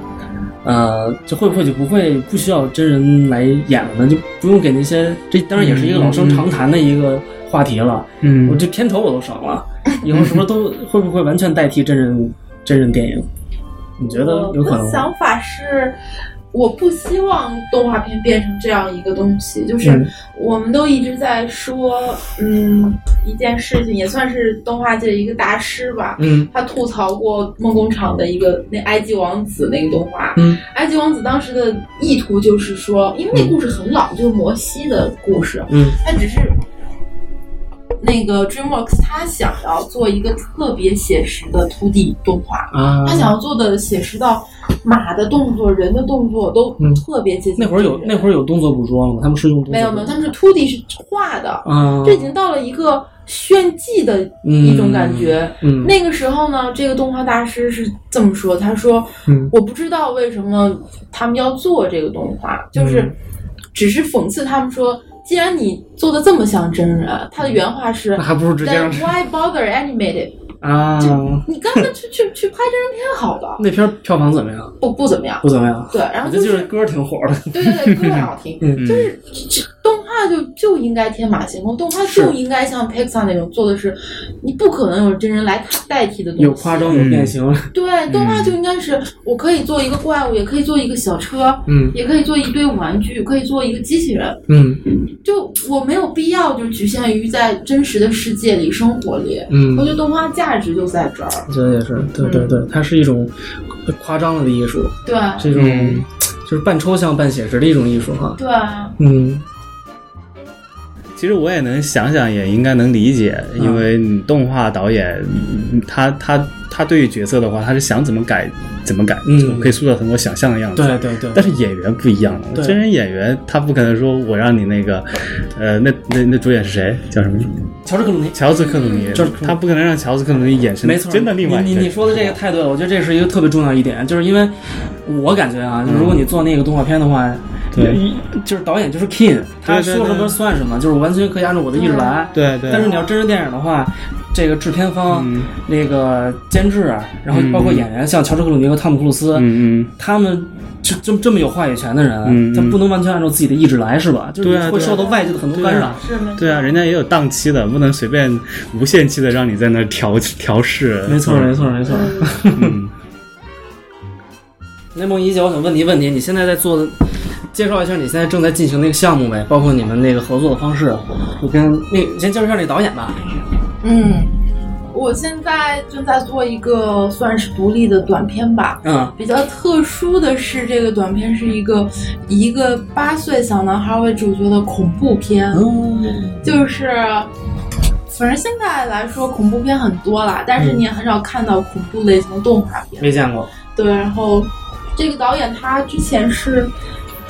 呃，就会不会就不会不需要真人来演了呢？就不用给那些这当然也是一个老生常谈的一个话题了。
嗯
我这片酬我都省了，以后是不是 [LAUGHS] 都会不会完全代替真人真人电影？你觉得有可
我
能
的
吗？
想法是，我不希望动画片变成这样一个东西。就是
嗯
我们都一直在说，嗯，一件事情也算是动画界一个大师吧。
嗯
他吐槽过梦工厂的一个那埃及王子那个动画，
嗯
埃及王子当时的意图就是说，因为那故事很老，就是摩西的故事，
嗯
他只是那个 DreamWorks 他想要做一个特别写实的 2D 动画，
啊，
他想要做的写实到马的动作、人的动作都
嗯
特别接近、
那会儿有那会儿有动作捕捉吗？他们是用动作
没有没有，他们是 2D 是画的，
啊，
这已经到了一个炫技的一种感觉。
嗯
那个时候呢，这个动画大师是这么说，他说
嗯
我不知道为什么他们要做这个动画，就是
嗯
只是讽刺他们说。既然你做的这么像真人，他的原话是
那还不如直接
，Then why bother animated？
啊，
你干脆去去去拍真人片好了，
那片儿票房怎么样？
不不怎么样。
不怎么样。
对，然
我
后
就
就
记
是
得歌儿挺火的。
对对对，歌很好听，
嗯
就是这动画画就就应该天马行空，动画就是应该像 Pixar 那种做的是，你不可能有真人来代替的东
[LAUGHS]
西。
有夸张，有变形，
对，动画就应该是我可以做一个怪物，也可以做一个小车，
嗯
也可以做一堆玩具，可以做一个机器人。
嗯
就我没有必要就局限于在真实的世界里生活里。
嗯
我觉得动画价值就在这儿。
我觉得也是，对对对，它是一种夸张了的艺术，
对
是一种、
嗯
就是半抽象半写实的一种艺术哈。
对，
嗯
其实我也能想想，也应该能理解，
嗯
因为你动画导演，嗯他他他对于角色的话，他是想怎么改怎么改，
嗯
就可以塑造成我想象的样，子。
对对对，
但是演员不一样了，
对
真人演员他不可能说我让你那个，呃，那那那主演是谁？叫什么？
乔治克鲁尼。
乔治克鲁尼，
嗯就是
他不可能让乔治克鲁尼演成
没错，
真的另外
你
一
你
个
你说的这个太对了，我觉得这是一个特别重要一点，就是因为我感觉啊，就是如果你做那个动画片的话，
对
一，就是导演就是 king，他
对对
说什么
对
算什么，就是完全可以按照我的意志来。
对对，
但是你要真是电影的话，这个制片方、
嗯
那个监制啊，然后包括演员，像乔治克鲁尼和汤姆克鲁斯，
嗯嗯，
他们就这这么有话语权的人，啊
嗯嗯
他不能完全按照自己的意志来，是吧？就是
对啊
你会
对啊
受到外界的很多
对啊
干扰。
是没
对啊，人家也有档期的，不能随便无限期的让你在那儿调调试。
没错，没错，没错。 [LAUGHS]
嗯，
那梦怡姐，我想问你一个问题，你现在在做的，介绍一下你现在正在进行那个项目呗，包括你们那个合作的方式。你跟那你先介绍一下那导演吧。
嗯，我现在正在做一个算是独立的短片吧。
嗯
比较特殊的是，这个短片是一个以一个八岁小男孩为主角的恐怖片，
嗯
就是，反正现在来说恐怖片很多啦，但是你也很少看到恐怖类型的动画片。
没见过。
对，然后这个导演他之前是，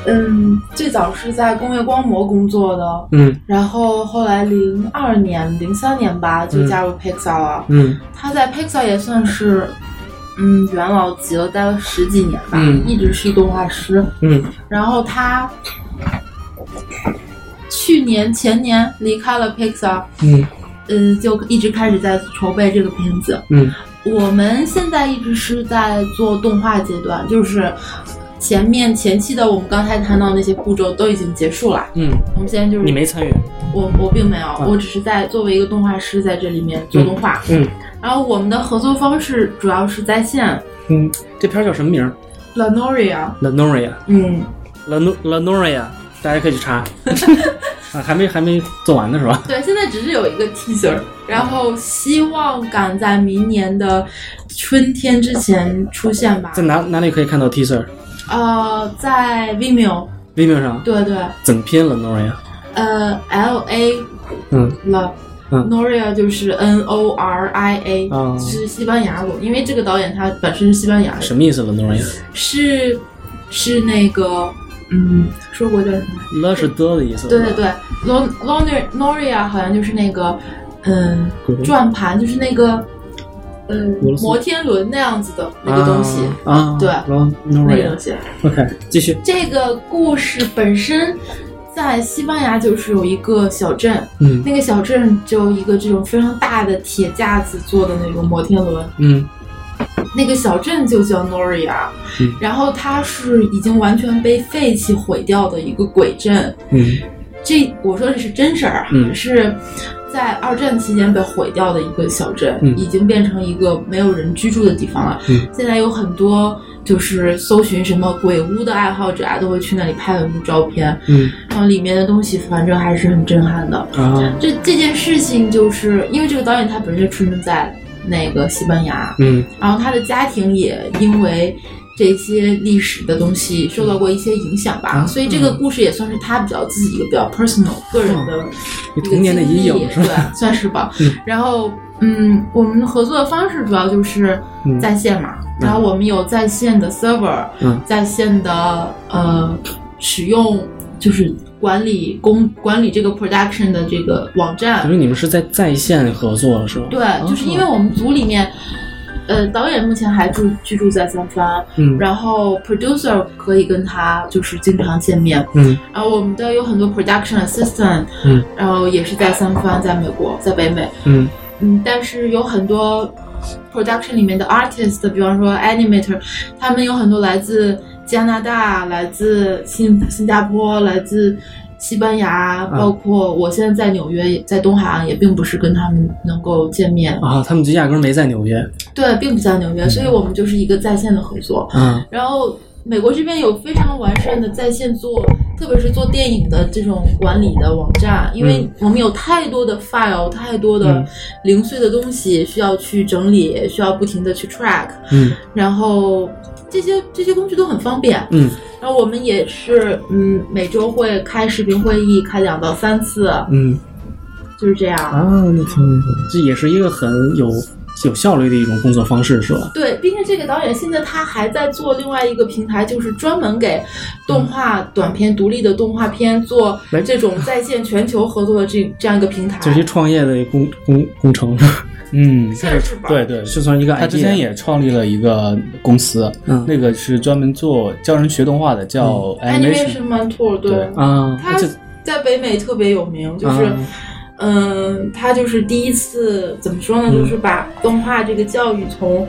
嗯，最早是在工业光魔工作的，
嗯
然后后来零二年、零三年吧就加入 Pixar 了。
嗯
他在 Pixar 也算是，嗯，元老级了，待了十几年吧，
嗯
一直是一动画师。
嗯
然后他去年前年离开了 Pixar，
嗯
嗯，就一直开始在筹备这个片子。
嗯
我们现在一直是在做动画阶段，就是前面前期的我们刚才谈到那些步骤都已经结束了。
嗯，
我们现在就是
你没参与。
我我并没有，我只是在作为一个动画师在这里面做动画。
嗯
然后我们的合作方式主要是在线
嗯，这片儿叫什么名儿
Lanoria，
？Lanoria
嗯，
Lan Lanoria，大家可以去查。 [LAUGHS] 啊，还没还没做完呢是吧？
对，现在只是有一个 teaser，然后希望赶在明年的春天之前出现吧
在。哪哪里可以看到 teaser？
呃，在 Vimeo，
Vimeo 上
对对，
怎么拼 Lanoria？
呃，L A
嗯
了。
嗯
Noria 就是 N O R I A，、
哦
是西班牙语，因为这个导演他本身是西班牙人，
什么意思 Lanoria？
是是那个嗯，说过叫什么？
l 是的的意思。
对对对，Lon Lon Noria 好像就是那个嗯
对
转盘，就是那个嗯
俄罗斯
摩天轮那样子的那个东西，
啊，
对那个
Lanoria
东。西。
OK，继续。
这个故事本身在西班牙就是有一个小镇，
嗯
那个小镇只有一个这种非常大的铁架子做的那种摩天轮，
嗯
那个小镇就叫 Noria，、
嗯
然后它是已经完全被废弃毁掉的一个鬼镇。
嗯
这我说的是真事儿啊，
嗯
是在二战期间被毁掉的一个小镇，
嗯
已经变成一个没有人居住的地方了。
嗯
现在有很多就是搜寻什么鬼屋的爱好者啊，都会去那里拍很多照片，
嗯
然后里面的东西反正还是很震撼的。
啊
这这件事情就是因为这个导演他本身出生在那个西班牙，
嗯
然后他的家庭也因为这些历史的东西受到过一些影响吧，
啊
所以这个故事也算是他比较自己一个比较 personal 个人的
你
一个
哦童年的
经历
阴影是吧？
对，算是吧。
嗯
然后，嗯，我们合作的方式主要就是
嗯
在线嘛，然后我们有在线的 server，、
嗯
在线的呃使用就是管理公管理这个 production 的这个网站，
等于你们是在在线合作是吧？
对，就是
哦
因为我们组里面，呃，导演目前还住居住在三藩，
嗯
然后 producer 可以跟他就是经常见面，
嗯
然后我们的有很多 production assistant，
嗯，
然后也是在三藩，在美国，在北美，
嗯
嗯，但是有很多 production 里面的 artist，比方说 animator，他们有很多来自加拿大、来自新新加坡、来自西班牙，
嗯
包括我现在在纽约，在东海岸也并不是跟他们能够见面，
啊，他们就压根儿没在纽约
对，并不在纽约，所
嗯
以我们就是一个在线的合作。
啊
然后美国这边有非常完善的在线做，特别是做电影的这种管理的网站，因为我们有太多的 file，太多的
嗯
零碎的东西需要去整理，需要不停的去 track，
嗯
然后这些这些工具都很方便。
嗯
然后我们也是，嗯，每周会开视频会议，开两到三次，
嗯
就是这样。
啊，那挺那什么这也是一个很有有效率的一种工作方式，是吧？
对，并且这个导演现在他还在做另外一个平台，就是专门给动画短片、独立的动画片做
来
这种在线全球合作的这这样一个平台。
就是一创业的工工工程，
嗯，
算是吧，
对对，
就算一个 idea。
他之前也创立了一个公司，
嗯
那个是专门做教人学动画的，叫 Animation。
Animation Man Tour，
对
对，
啊，
他
这
在北美特别有名，就是
啊。
嗯，他就是第一次怎么说呢？
嗯
就是把动画这个教育从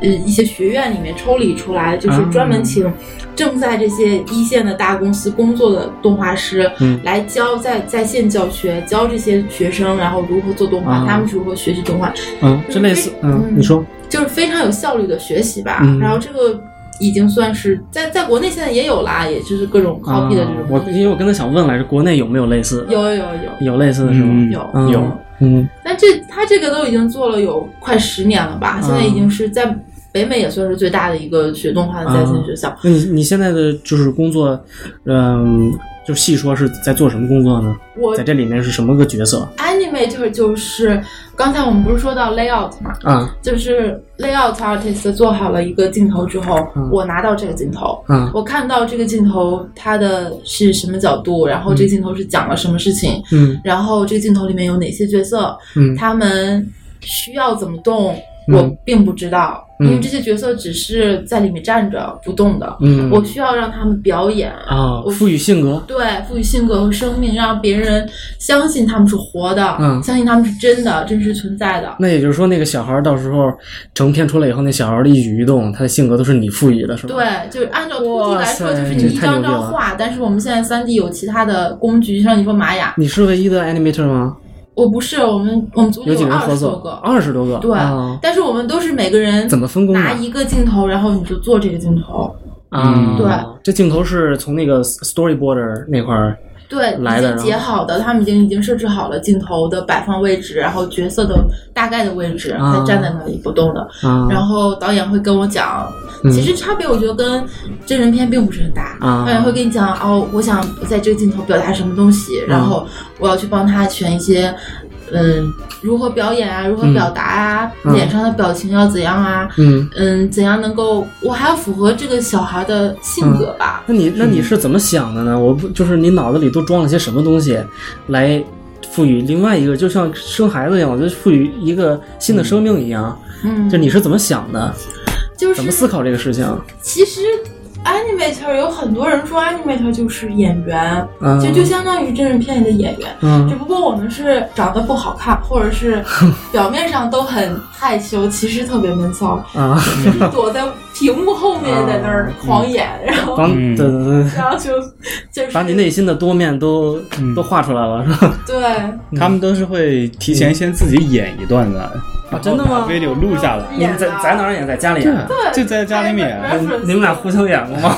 呃一些学院里面抽离出来，就是
啊
专门请正在这些一线的大公司工作的动画师
嗯
来教在在线教学，教这些学生，然后如何做动画，
啊
他们是如何学习动画，
嗯，这类似，嗯，
嗯
你说，
就是非常有效率的学习吧。
嗯
然后这个已经算是在在国内现在也有啦，也就是各种 copy 的这种
啊我
东西，
因为我刚才想问来着，国内有没有类似的？
有有有
有类似的是
嗯
吗？
有
嗯
有
嗯
但这他这个都已经做了有快十年了吧，现在已
嗯
经是在北美也算是最大的一个学动画的在线学校。
那你你现在的就是工作，嗯，就细说是在做什么工作呢？
我
在这里面是什么个角色
animator 就是刚才我们不是说到 layout 嘛，
啊
就是 layout artist 做好了一个镜头之后，
嗯
我拿到这个镜头。
啊
我看到这个镜头，它的是什么角度，然后这个镜头是讲了什么事情，
嗯
然后这个镜头里面有哪些角色，
嗯
他们需要怎么动，
嗯
我并不知道，
嗯
因为这些角色只是在里面站着不动的。
嗯，
我需要让他们表演，
啊
我
赋予性格，
对，赋予性格和生命，让别人相信他们是活的，
嗯
相信他们是真的、真实存在的。
那也就是说，那个小孩儿到时候成片出来以后，那小孩儿的一举一动，他的性格都是你赋予的，是吧？
对，就是按照图形来说，
哇塞
就是你一
这太牛
张
逼了
张画，但是我们现在三 D 有其他的工具，像你说玛雅，
你是唯一的 animator 吗？
我不是，我们我们组里
有几个人
二
合
十多
作？
个，
二十多个。
对，
啊
但是我们都是每个人
怎么啊分工的
拿一个镜头，然后你就做这个镜头，
啊
嗯对
这镜头是从那个 storyboarder 那块儿
对，
来
已
的然
经
后
截好的，他们已经已经设置好了镜头的摆放位置，然后角色的大概的位置，
啊
他站在那里不动的。
啊，
然后导演会跟我讲，
嗯
其实差别我觉得跟真人片并不是很大。
啊
导演会跟你讲哦，我想在这个镜头表达什么东西，然后
嗯
我要去帮他选一些，嗯，如何表演啊，如何表达啊，
嗯
脸上的表情要怎样啊，
嗯，
嗯，怎样能够，我还要符合这个小孩的性格吧。
那你那你是怎么想的呢？我不就是你脑子里都装了些什么东西，来赋予另外一个，就像生孩子一样，我觉得赋予一个新的生命一样。
嗯，
就你是怎么想的？
就是
怎么思考这个事情？
其实 animator 有很多人说 animator 就是演员，
嗯
其实就相当于真人片里的演员。只
嗯
不过我们是长得不好看，或
[LAUGHS]
者是表面上都很害羞，其实特别闷骚，
啊，
就是躲在屏幕后面在那儿狂演，然后
帮对
嗯
对对，
然后就就是
把你内心的多面都
嗯
都画出来了，是吧？
对
他们都是会提前先自己演一段的，然后
啊真的吗
把 video 录下来，
你们在在哪儿演？在家里演？
就在家里面。
啊对啊
你们俩互相演过
[LAUGHS]
吗？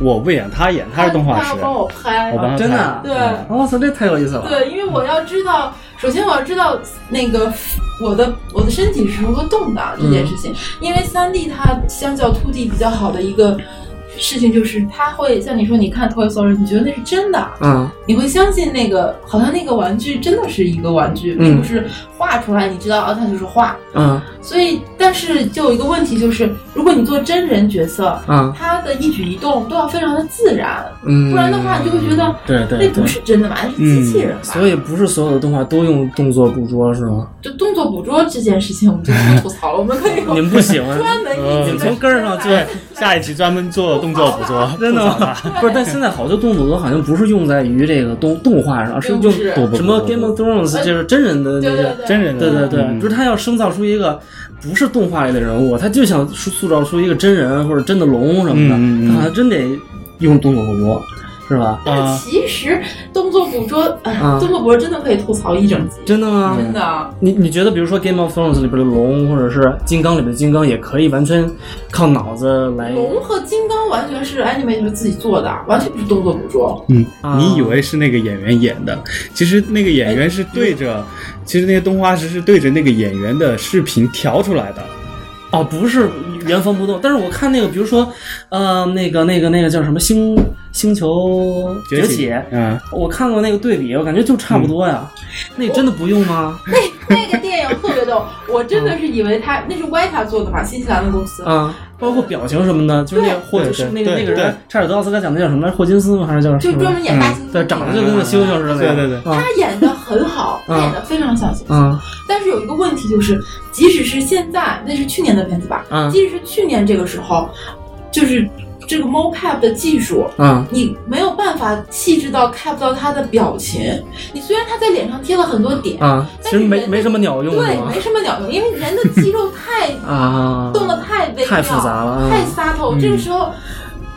我不演，他演，他是动画师
要，帮我拍
我，帮他
哦真的
拍嗯
啊
对。
我操，这太有意思了！
对，因为我要知道，首先我要知道那个我的我的身体是如何动的这
嗯
件事情，因为三 D 它相较 two D 比较好的一个事情就是，它会像你说，你看 Toy Story，你觉得那是真的，
嗯
你会相信那个，好像那个玩具真的是一个玩具，
嗯
并不是画出来，你知道啊，它就是画。
嗯
所以，但是就有一个问题，就是如果你做真人角色，
嗯
他的一举一动都要非常的自然，
嗯，
不然的话你就会觉得
对对
那
对嗯
不。是真的吧？那是机器人吧？
所以不是所有的动画都用动作捕捉是吗？
就动作捕捉这件事情，我们就不吐槽了，我们可以有
你们不喜欢？
专门一
你
集
们嗯
的
从根儿上就
对，下一期专门做动作捕
[LAUGHS]
捉，
真的
吐槽
吗
他？
不是，但现在好多动作都好像不是用在于这个动动画上，而是
并
用
不是
不不
什么
不
Game of Thrones 就是真人的那
对
个
对，对，
真人的
对对对，
嗯
就是他要生造出一个不是动画类的人物，他就想塑塑造出一个真人或者真的龙什么的，
嗯嗯嗯
他好像真得用动作捕捉。是吧？
但
啊
是其实动作捕捉，哎
啊
动作捕捉真的可以吐槽一整集，
真的吗？
真的。
你你觉得，比如说《Game of Thrones》里边的龙，或者是《金刚》里边的金刚，也可以完全靠脑子来
龙和金刚完全是 animator 自己做的，完全不是动作捕捉。
嗯
啊，
[LAUGHS] 你以为是那个演员演的，其实那个演员是对着，
嗯
其实那些动画师是对着那个演员的视频调出来的。
哦，不是原封不动。但是我看那个，比如说，呃，那个那个那个叫什么星星球
崛
崛
起
起，嗯
啊，
我看过那个对比，我感觉就差不多呀。那真的不用吗？
[LAUGHS] 那个电影特别逗，我真的是以为他那是 Weta 做的吧，新西兰的公司。
啊，包括表情什么的，就是那个霍，
对
是
对
那个
对
那个
对
人差点得奥斯卡奖的叫什么来？霍金斯吗？还是叫什
就
么？
专门演大猩猩，
嗯对，长得就跟个猩猩似的。
对对对
啊
他演的很好，
嗯
他演的非常像猩猩。
啊
但是有一个问题就是，即使是现在，那是去年的片子吧？
啊
即使是去年这个时候，就是这个 mocap 的技术，
啊！
你没有办法细致到 cap 到他的表情。你虽然他在脸上贴了很多点，
啊，其实
但
没
是
没什么鸟用是
对，
吗？
没什么鸟用，因为人的肌肉太
啊，
动的太微妙，
太复杂了嗯
太撒头。
嗯
这个时候，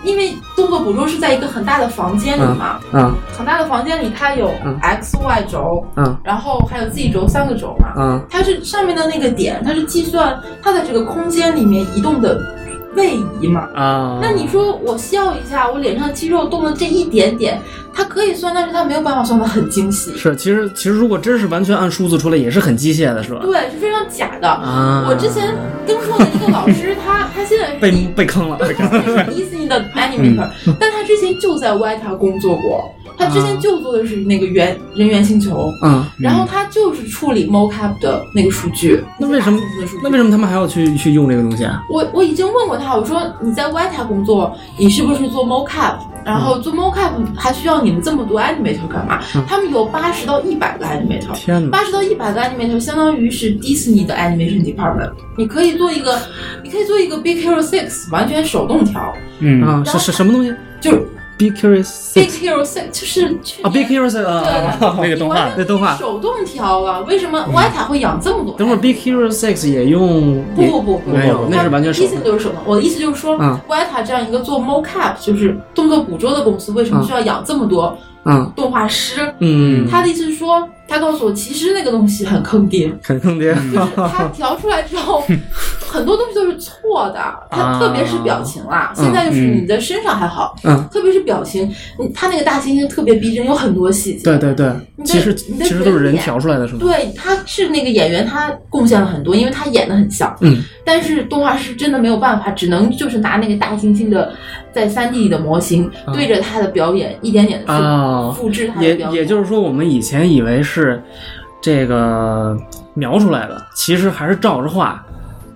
因为动作捕捉是在一个很大的房间里嘛，
啊
很大的房间里它有
嗯
x、y 轴，
啊
然后还有 z 轴三个轴嘛，
啊
它是上面的那个点，它是计算它在这个空间里面移动的位移嘛。
啊！
那你说我笑一下，我脸上肌肉动了这一点点，它可以算，但是它没有办法算得很精细，
是？其实其实如果真是完全按数字出来，也是很机械的，是吧？
对，是非常假的。
啊，
我之前跟过的一个老师，他他现在是
被
一
被坑了。嗯
迪士尼的 animator，、但 [LAUGHS] 他之前就在 Weta 工作过，他之前就做的是那个原人猿星球，
啊嗯，
然后他就是处理 mocap 的那个数据。
那为什么
那个数据
那为什么他们还要去去用这个东西啊？
我我已经问过他，我说你在 Weta 工作，你是不是做 mocap？然后做 mocap 还需要你们这么多 animator 干嘛？
嗯
他们有八十到一百个 animator，
天哪！
八十到一百个 animator 相当于是迪士尼的 animation department，你可以做一个，你可以做一个 Big Hero Six 完全手动调，
嗯，
啊，是是什么东西
就是
？Be curious
Big Hero Six 就是去
啊，Be
年
curious 啊。
[LAUGHS] 那个动画
完
那
全
动画
手动调了，为什么 Weta 会养这么多？
等会儿 Big Hero Six 也用
不不不不
没有
不
那是完全手
意
动
思就是手动。我的意思就是说
嗯
，Weta 这样一个做 mocap 就是动作捕捉的公司，为什么
嗯
需要养这么多
啊
动画师？
嗯，
他的意思是说，他告诉我，其实那个东西很坑爹，
肯坑爹
就是
[LAUGHS]
他调出来之后，很多东西都是错的，
啊
他特别是表情啦。
嗯
现在就是你的身上还好，
嗯
特别是表情，嗯他那个大猩猩特别逼真，有很多细节。
对对对，
你的
其实
你的
其实都是人调出来的，是吗？
对，他是那个演员，他贡献了很多，因为他演的很像。
嗯，
但是动画师真的没有办法，只能就是拿那个大猩猩的在三 D 里的模型、
啊
对着他的表演，一点点的去、
啊
复制他的
也
表演。
也就是说，我们以前以为是这个描出来的，其实还是照着画，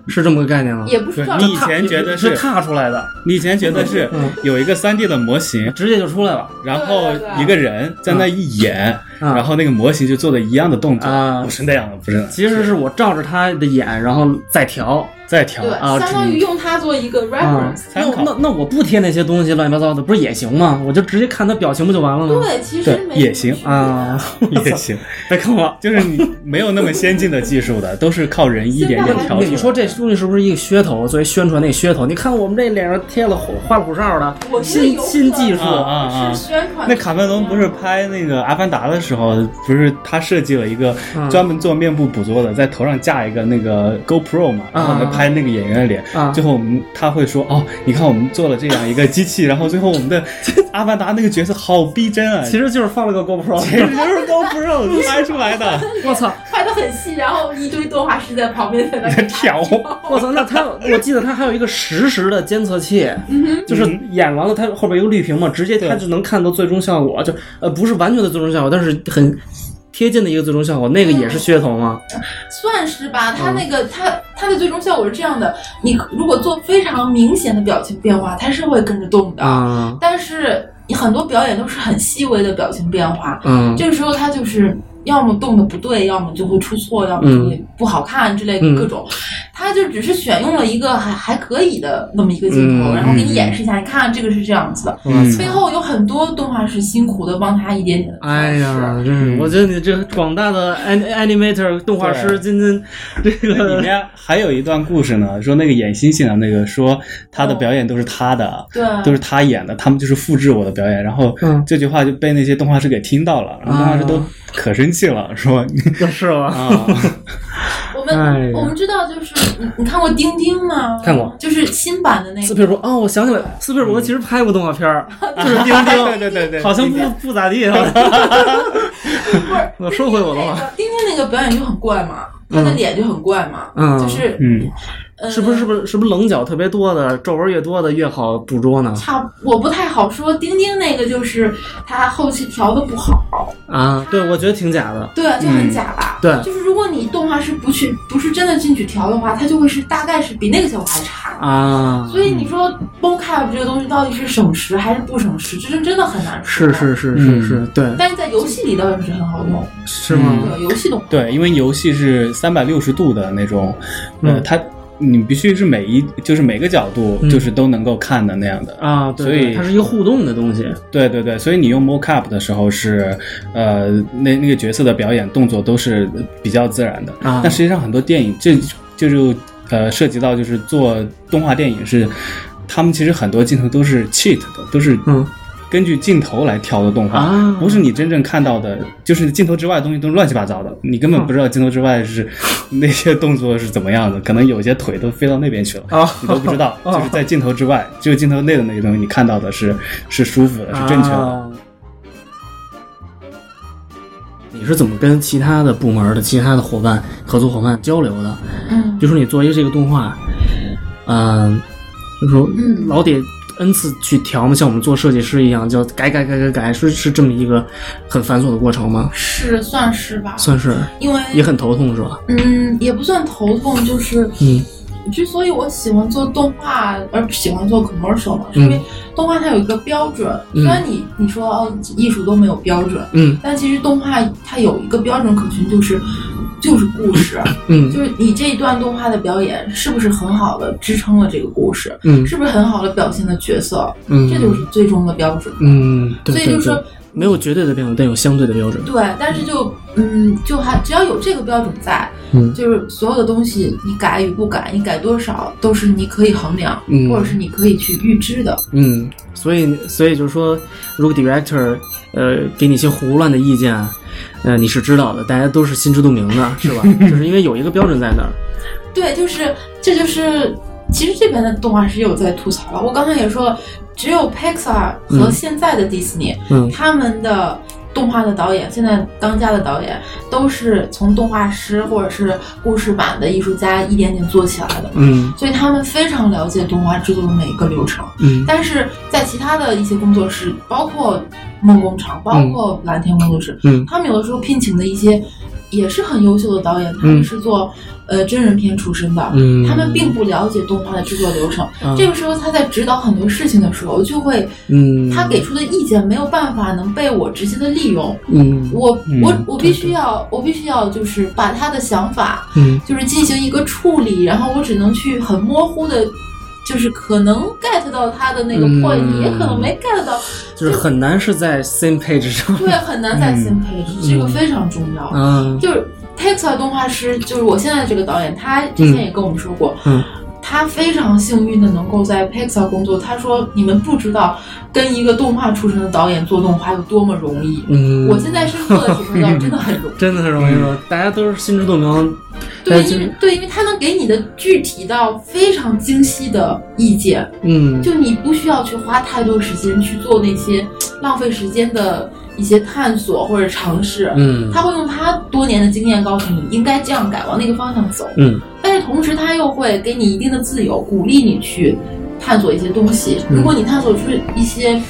是这么个概念吗？
也不是照着
你以前觉得
是
是，
踏出来的，
你以前觉得是
嗯
有一个三 D 的模型，
直接就出来了
然后一个人在那一演，
啊。
然后那个模型就做的一样的动作，
啊
不是那样的，不是那样的，
其实是我照着他的眼，然后再调。
再调
对，
啊
相当于用它做一个 reference。
那
参考
啊那那我不贴那些东西乱七八糟的，不是也行吗？我就直接看他表情不就完了吗？
对，其实
嗯对
没
也行
啊， [LAUGHS]
[LAUGHS] 也行，
被坑了。
就是你没有那么先进的技术的，都是靠人一点点调
好
出
那
来。
你说这东西是不是一个噱头？作为宣传那个噱头，你看我们这脸上贴了虎花里胡哨的
我觉得
新
有
新
可能
技术
啊啊啊
是！宣传。
那卡梅隆不是拍那个《阿凡达》的时候，不是他设计了一个
嗯
专门做面部捕捉的，在头上架一个那个 GoPro 嘛，然后呢
啊
拍那个演员的脸。
啊
最后我们他会说哦，你看我们做了这样一个机器，然后最后我们 [LAUGHS] 的阿凡达那个角色好逼真啊，
其实就是放了个 GoPro。
其实就是 [LAUGHS] GoPro 拍出来的，
我操！
拍的很细，然后一堆动画师在旁边在那
[LAUGHS] 在调。
我操！那他，我记得他还有一个实时的监测器，
嗯
就是演完了，他后边有个绿屏嘛，直接他
嗯对
就能看到最终效果，就呃不是完全的最终效果，但是很贴近的一个最终效果。那个也是噱头吗？
算是吧，它
嗯
那个它它的最终效果是这样的，你如果做非常明显的表情变化，它是会跟着动
嗯
的，
啊，
但是你很多表演都是很细微的表情变化，
嗯
这个时候它
嗯
就是要么动的不对，要么就会出错，要么就会不好看之类
嗯
的各种。它就只是选用了一个还还可以的那么一个镜头，
嗯
然后给你演示一下，你看这个是这样子的。
嗯
背后有很多动画师辛苦的帮他一点点的。
哎呀，真是，我觉得你这广大的 an- animator 动画师
嗯对
今天 [LAUGHS] 这
里
个，
面还有一段故事呢，说那个演星星的那个说他的表演都是他的，
对，
都是他演的，他们就是复制我的表演。然后
嗯
这句话就被那些动画师给听到了，然后动画师都
啊
可生气了，说
是吧？
[LAUGHS] 啊，
我
哎
们
呀
我们知道，就是你你看过《丁丁》吗？
看过，
就是新版的那
斯
个。
皮尔伯哦，我想起来了，斯皮尔伯格其实拍过动画片儿，就是丁 [LAUGHS]
对
丁，
对对对，
好像不不咋地啊。 [LAUGHS] 我收回我的话，
丁丁那个表演就很怪嘛，他的脸就很怪嘛，
嗯
就是
嗯，
呃
是不是是不是是不是棱角特别多的，皱纹越多的越好捕捉呢？
差不？我不太好说。丁丁那个就是他后期调的不好，
啊，对，我觉得挺假的。
对，就很假吧。
嗯对
就是如果你动画师不去不是真的进去调的话，它就会是大概是比那个效果还差。
啊，
所以你说 mocap 这个东西到底是省时还是不省时，这是真的很难说。
是。是是是是，对，
但是在游戏里倒是很好弄，
是吗？
对，游戏动画。
对，因为游戏是三百六十度的那种，呃，
嗯
它你必须是每一就是每个角度
嗯
就是都能够看的那样的。
啊，对，对
所以
它是一个互动的东西。
对对对，所以你用 mocap 的时候是，呃，那那个角色的表演动作都是比较自然的。
啊
但实际上很多电影这这就呃涉及到就是做动画电影是，他们其实很多镜头都是 cheat 的，都是
嗯
根据镜头来调的动画，
啊
不是你真正看到的，就是镜头之外的东西都是乱七八糟的，你根本不知道镜头之外是、
嗯
[LAUGHS] 那些动作是怎么样的，可能有些腿都飞到那边去了。
啊
你都不知道，就是在镜头之外，只有镜头内的那些东西，你看到的是是舒服的，是正确的。
啊你是怎么跟其他的部门的其他的伙伴、合作伙伴交流的？
嗯
就说你做一个这个动画，嗯、就说
嗯
老得 n 次去调嘛，像我们做设计师一样，就改改改改改，是是这么一个很繁琐的过程吗？
是算是吧，
算是
因为
也很头痛是吧？
嗯也不算头痛，就是
嗯
之所以我喜欢做动画，而不喜欢做 commercial 嘛，是因为动画它有一个标准。
嗯
虽然你你说哦，艺术都没有标准，
嗯
但其实动画它有一个标准可循，就是就是故事，
嗯
就是你这一段动画的表演是不是很好的支撑了这个故事，
嗯
是不是很好的表现了角色，
嗯，
这就是最终的标准。
嗯，对
所以就
对
是
对
说，
没有绝对的标准，但有相对的标准。
对，但是就嗯，就还只要有这个标准在，
嗯
就是所有的东西你改与不改，你改多少都是你可以衡量，
嗯
或者是你可以去预知的。
嗯，所以所以就是说，如果 director 呃给你一些胡乱的意见，呃你是知道的，大家都是心知肚明的， [LAUGHS] 是吧？就是因为有一个标准在那儿。
对，就是这就是，其实这边的动画师也有在吐槽了。我刚才也说了，只有 Pixar 和
嗯
现在的迪士尼，
嗯
他们的动画的导演，现在当家的导演都是从动画师或者是故事版的艺术家一点点做起来的，
嗯
所以他们非常了解动画制作的每一个流程。
嗯
但是在其他的一些工作室，包括梦工厂，包括蓝天工作室，
嗯
他们有的时候聘请的一些也是很优秀的导演，他们是做、呃真人片出身的，
嗯
他们并不了解动画的制作流程。
啊
这个时候，他在指导很多事情的时候，就会
嗯，
他给出的意见没有办法能被我直接的利用，
嗯
我
嗯
我我必须要我必须要就是把他的想法
嗯
就是进行一个处理，然后我只能去很模糊的，就是可能 get 到他的那个
嗯
point，、也可能没 get 到，
就是很难是在 same page 上
对，很难
嗯
再 same page，、这个非常重要。
啊
就是 Pixar 动画师，就是我现在这个导演，他之前也跟我们说过，
嗯
他非常幸运的能够在 Pixar 工作。他说：“你们不知道跟一个动画出身的导演做动画有多么容易。
嗯，
我现在是做的体会到，真的很容易。
真的很容易说，大家都是心知肚明。[LAUGHS]
对，
但
因
是
为对，因为他能给你的具体到非常精细的意见，
嗯
就你不需要去花太多时间去做那些浪费时间的一些探索或者尝试。
嗯
他会用他多年的经验告诉你应该这样改，往那个方向走。
嗯
但是同时，他又会给你一定的自由，鼓励你去探索一些东西。
嗯
如果你探索出一些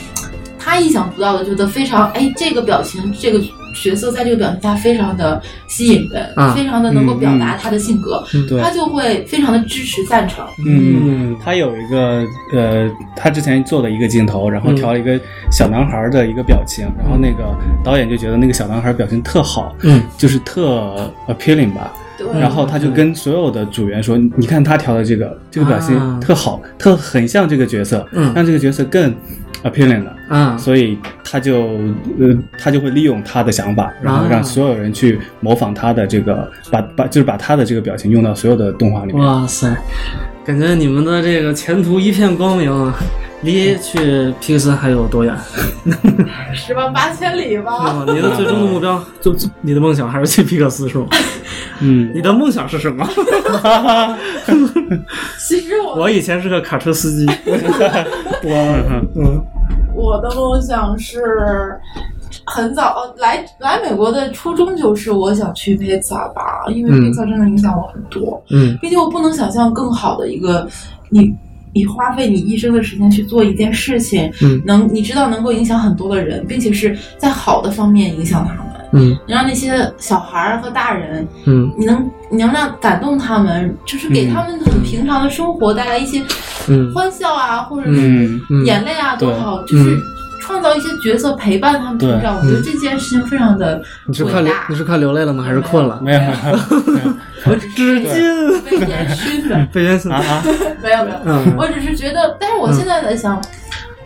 他意想不到的，觉得非常哎，这个表情，这个角色在这个表情下非常的吸引人，
啊
非常的能够表达他的性格，
嗯对
他就会非常的支持赞成。
嗯
他有一个呃，他之前做的一个镜头，然后
嗯
调了一个小男孩的一个表情，然后那个导演就觉得那个小男孩表情特好，
嗯
就是特 appealing 吧，
对，
然后他就跟所有的组员说：“你看他调的这个，这个表情
啊
特好，特很像这个角色，
嗯
让这个角色更 appealing 了。”
啊，
所以他就呃，他就会利用他的想
啊
法，然后让所有人去模仿他的这个，把把就是把他的这个表情用到所有的动画里面。
哇塞，感觉你们的这个前途一片光明啊！离去皮克斯还有多 [LAUGHS] 远？
十万八千里
嗯
吧。
啊，你的最终的目标，就就你的梦想还是去皮克斯是吗？
嗯，
[LAUGHS] 你的梦想是什么？ [LAUGHS]
其实我
我以前是个卡车司机，
[LAUGHS] 哇，
[LAUGHS] 嗯
我的梦想是很早哦，来来美国的初衷就是我想去披萨吧，因为
嗯
披萨真的影响我很多。
嗯
毕竟我不能想象更好的一个你。你花费你一生的时间去做一件事情，
嗯
能你知道能够影响很多的人，并且是在好的方面影响他们，
嗯
能让那些小孩儿和大人
嗯
你能你能让感动他们，就是给他们很平常的生活带来一些
嗯
欢笑啊，或者
嗯
是
嗯
眼泪啊，
对
多好！就是
嗯
创造一些角色陪伴他们成长，我觉得这件事情非常的
你是快
伟
流
大
你。是快流泪了吗？还是困 [LAUGHS] 了？
没有 [LAUGHS] 啊
我只是
纸巾
被延
[LAUGHS]
伸的，
被人死
啊啊，
没有没有，
嗯
我只是觉得，但是我现在在想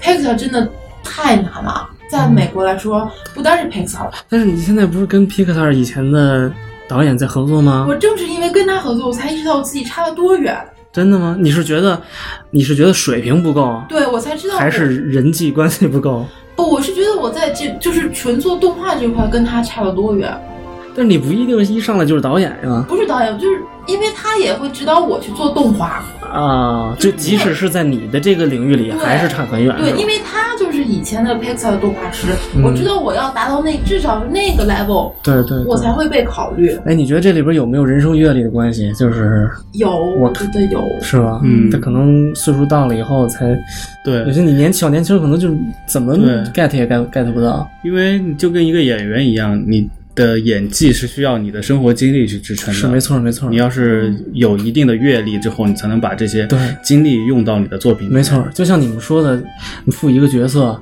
，Pixar 真的太难了。在美国来说，不单是 Pixar，了
但是你现在不是跟皮克萨以前的导演在合作吗
我？正是因为跟他合作，我才意识到我自己差了多远。
真的吗？你是觉得你是觉得水平不够，啊
对我才知道我，
还是人际关系不够？
不，我是觉得我在这就是纯做动画这块跟他差了多远。
但是你不一定一上来就是导演呀
不是导演，就是因为他也会指导我去做动画。
啊！就即使是在你的这个领域里，
对
还是差很远。
对，
是吧
因为他就是以前的 Pixar 的动画师，
嗯
我知道我要达到那至少是那个 level，
对对，对
我才会被考虑。
哎，你觉得这里边有没有人生阅历的关系？就是
有，我觉得有。
是吧？
嗯
他可能岁数到了以后才，有
对，
些你年小年轻可能就怎么
对
get 也 get get 不到。
因为你就跟一个演员一样，你的演技是需要你的生活经历去支撑的，
是没。错儿，没错儿，
你要是有一定的阅历之后，你才能把这些
对
经历用到你的作品里面。
没错儿。就像你们说的，你赋一个角色，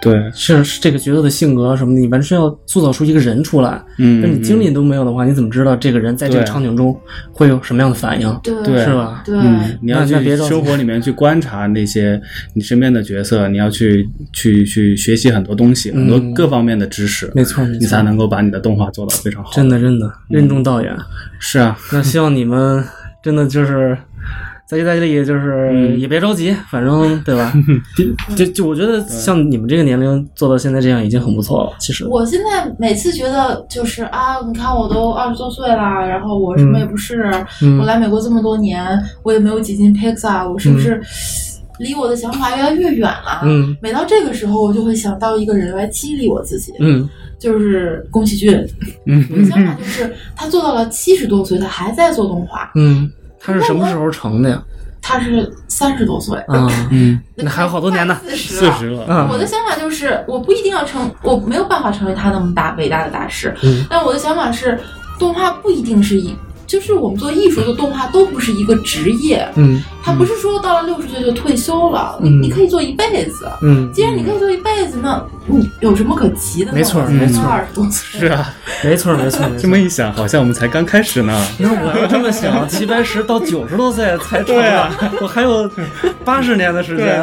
对，
是是这个角色的性格什么的，你完全要塑造出一个人出来。
嗯，
那你经历都没有的话，你怎么知道这个人在这个
对
场景中会有什么样的反应？
对
对
是吧？
对
嗯，你要
那
去
那别着急
生活里面去观察那些你身边的角色，你要去去去学习很多东西，很多各方面的知识，
嗯没错，没错
你才能够把你的动画做到非常好。嗯
真的真的任重
[LAUGHS]
道远。
是啊，
那希望你们真的就是在在这里，就是
嗯
也别着急，反
[LAUGHS]
正对吧？就就就我觉得像你们这个年龄做到现在这样已经很不错了，其实。
我现在每次觉得就是啊，你看我都二十多岁啦，然后我什么也不是，
嗯
我来美国这么多年，我也没有挤进 Pixar，我是不是离我的想法越来越远了？
嗯
每到这个时候，我就会想到一个人来激励我自己，
嗯
就是宫崎骏。
嗯
我的想法就是他做到了七十多岁，他还在做动画，
嗯，他是什么时候成的呀？
他是三十多岁，
啊，
嗯，
那还有好多年呢。
四十
四
了。
十了，
啊
我的想法就是，我不一定要成，我没有办法成为他那么大伟大的大师。
嗯
但我的想法是，动画不一定是一，就是我们做艺术的动画都不是一个职业，
嗯
他不是说到了六十岁就退休了，
嗯
你可以做一辈子。
嗯，
既然你可以做一辈子，那你有什么可急的呢？
没错
我才
没错
二十多岁，
是啊，
没错没错没
这
错
么。一想，好像我们才刚开始呢。
那我要这么想，齐白石到九十多岁才成
对
啊
啊，
我还有八十年的时间，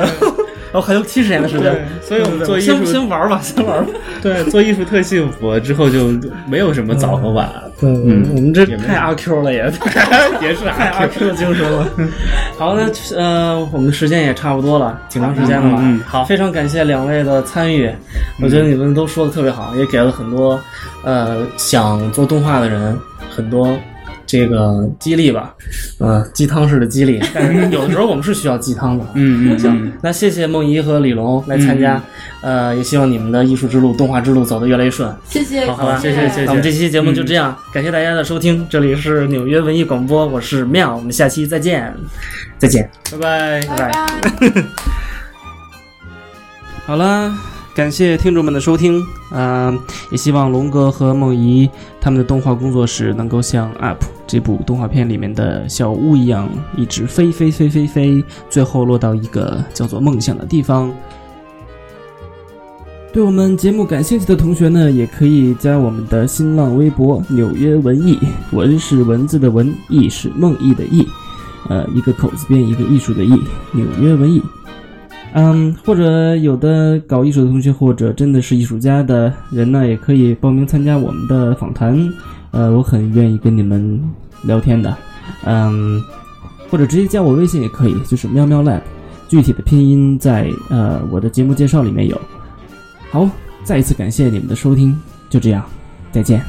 我还有七十年的时间。
对所以我们做艺
先
术
先玩儿吧，先玩儿吧。
对，做艺术特幸福，之后就没有什么早和晚，
对，
嗯
我们这
也没
太阿 Q 了也。嗯
[LAUGHS] 也是
[LAUGHS] 太
啊
阿 Q 精神了。 [LAUGHS] 好，那呃，我们时间也差不多了，挺长时间了吧？啊
嗯嗯好
非常感谢两位的参与，我觉得你们都说的特别好，也给了很多呃想做动画的人很多。这个激励吧，嗯、鸡汤式的激 [LAUGHS] 励，但是有的时候我们是需要鸡汤的。
嗯嗯嗯，
那谢谢梦怡和李龙来参加，呃，也希望你们的艺术之路、动画之路走得越来越顺。
谢谢，
好吧，谢谢谢
那我们这
谢，
期节目就这样，感谢大家的收听，这里是纽约文艺广播，我是妙，我们下期再见，再见。
拜拜。
拜
拜拜。
好了，感谢听众们的收听，啊、也希望龙哥和梦怡他们的动画工作室能够像《Up》这部动画片里面的小屋一样，一直飞飞飞飞飞，最后落到一个叫做梦想的地方。
对我们节目感兴趣的同学呢，也可以加我们的新浪微博“纽约文艺”，文是文字的文，艺是梦艺的艺，呃，一个口字边，一个艺术的艺，纽约文艺。嗯，或者有的搞艺术的同学，或者真的是艺术家的人呢，也可以报名参加我们的访谈。呃，我很愿意跟你们聊天的。嗯，或者直接加我微信也可以，就是喵喵 lab，具体的拼音在呃我的节目介绍里面有。好，再一次感谢你们的收听，就这样，再见。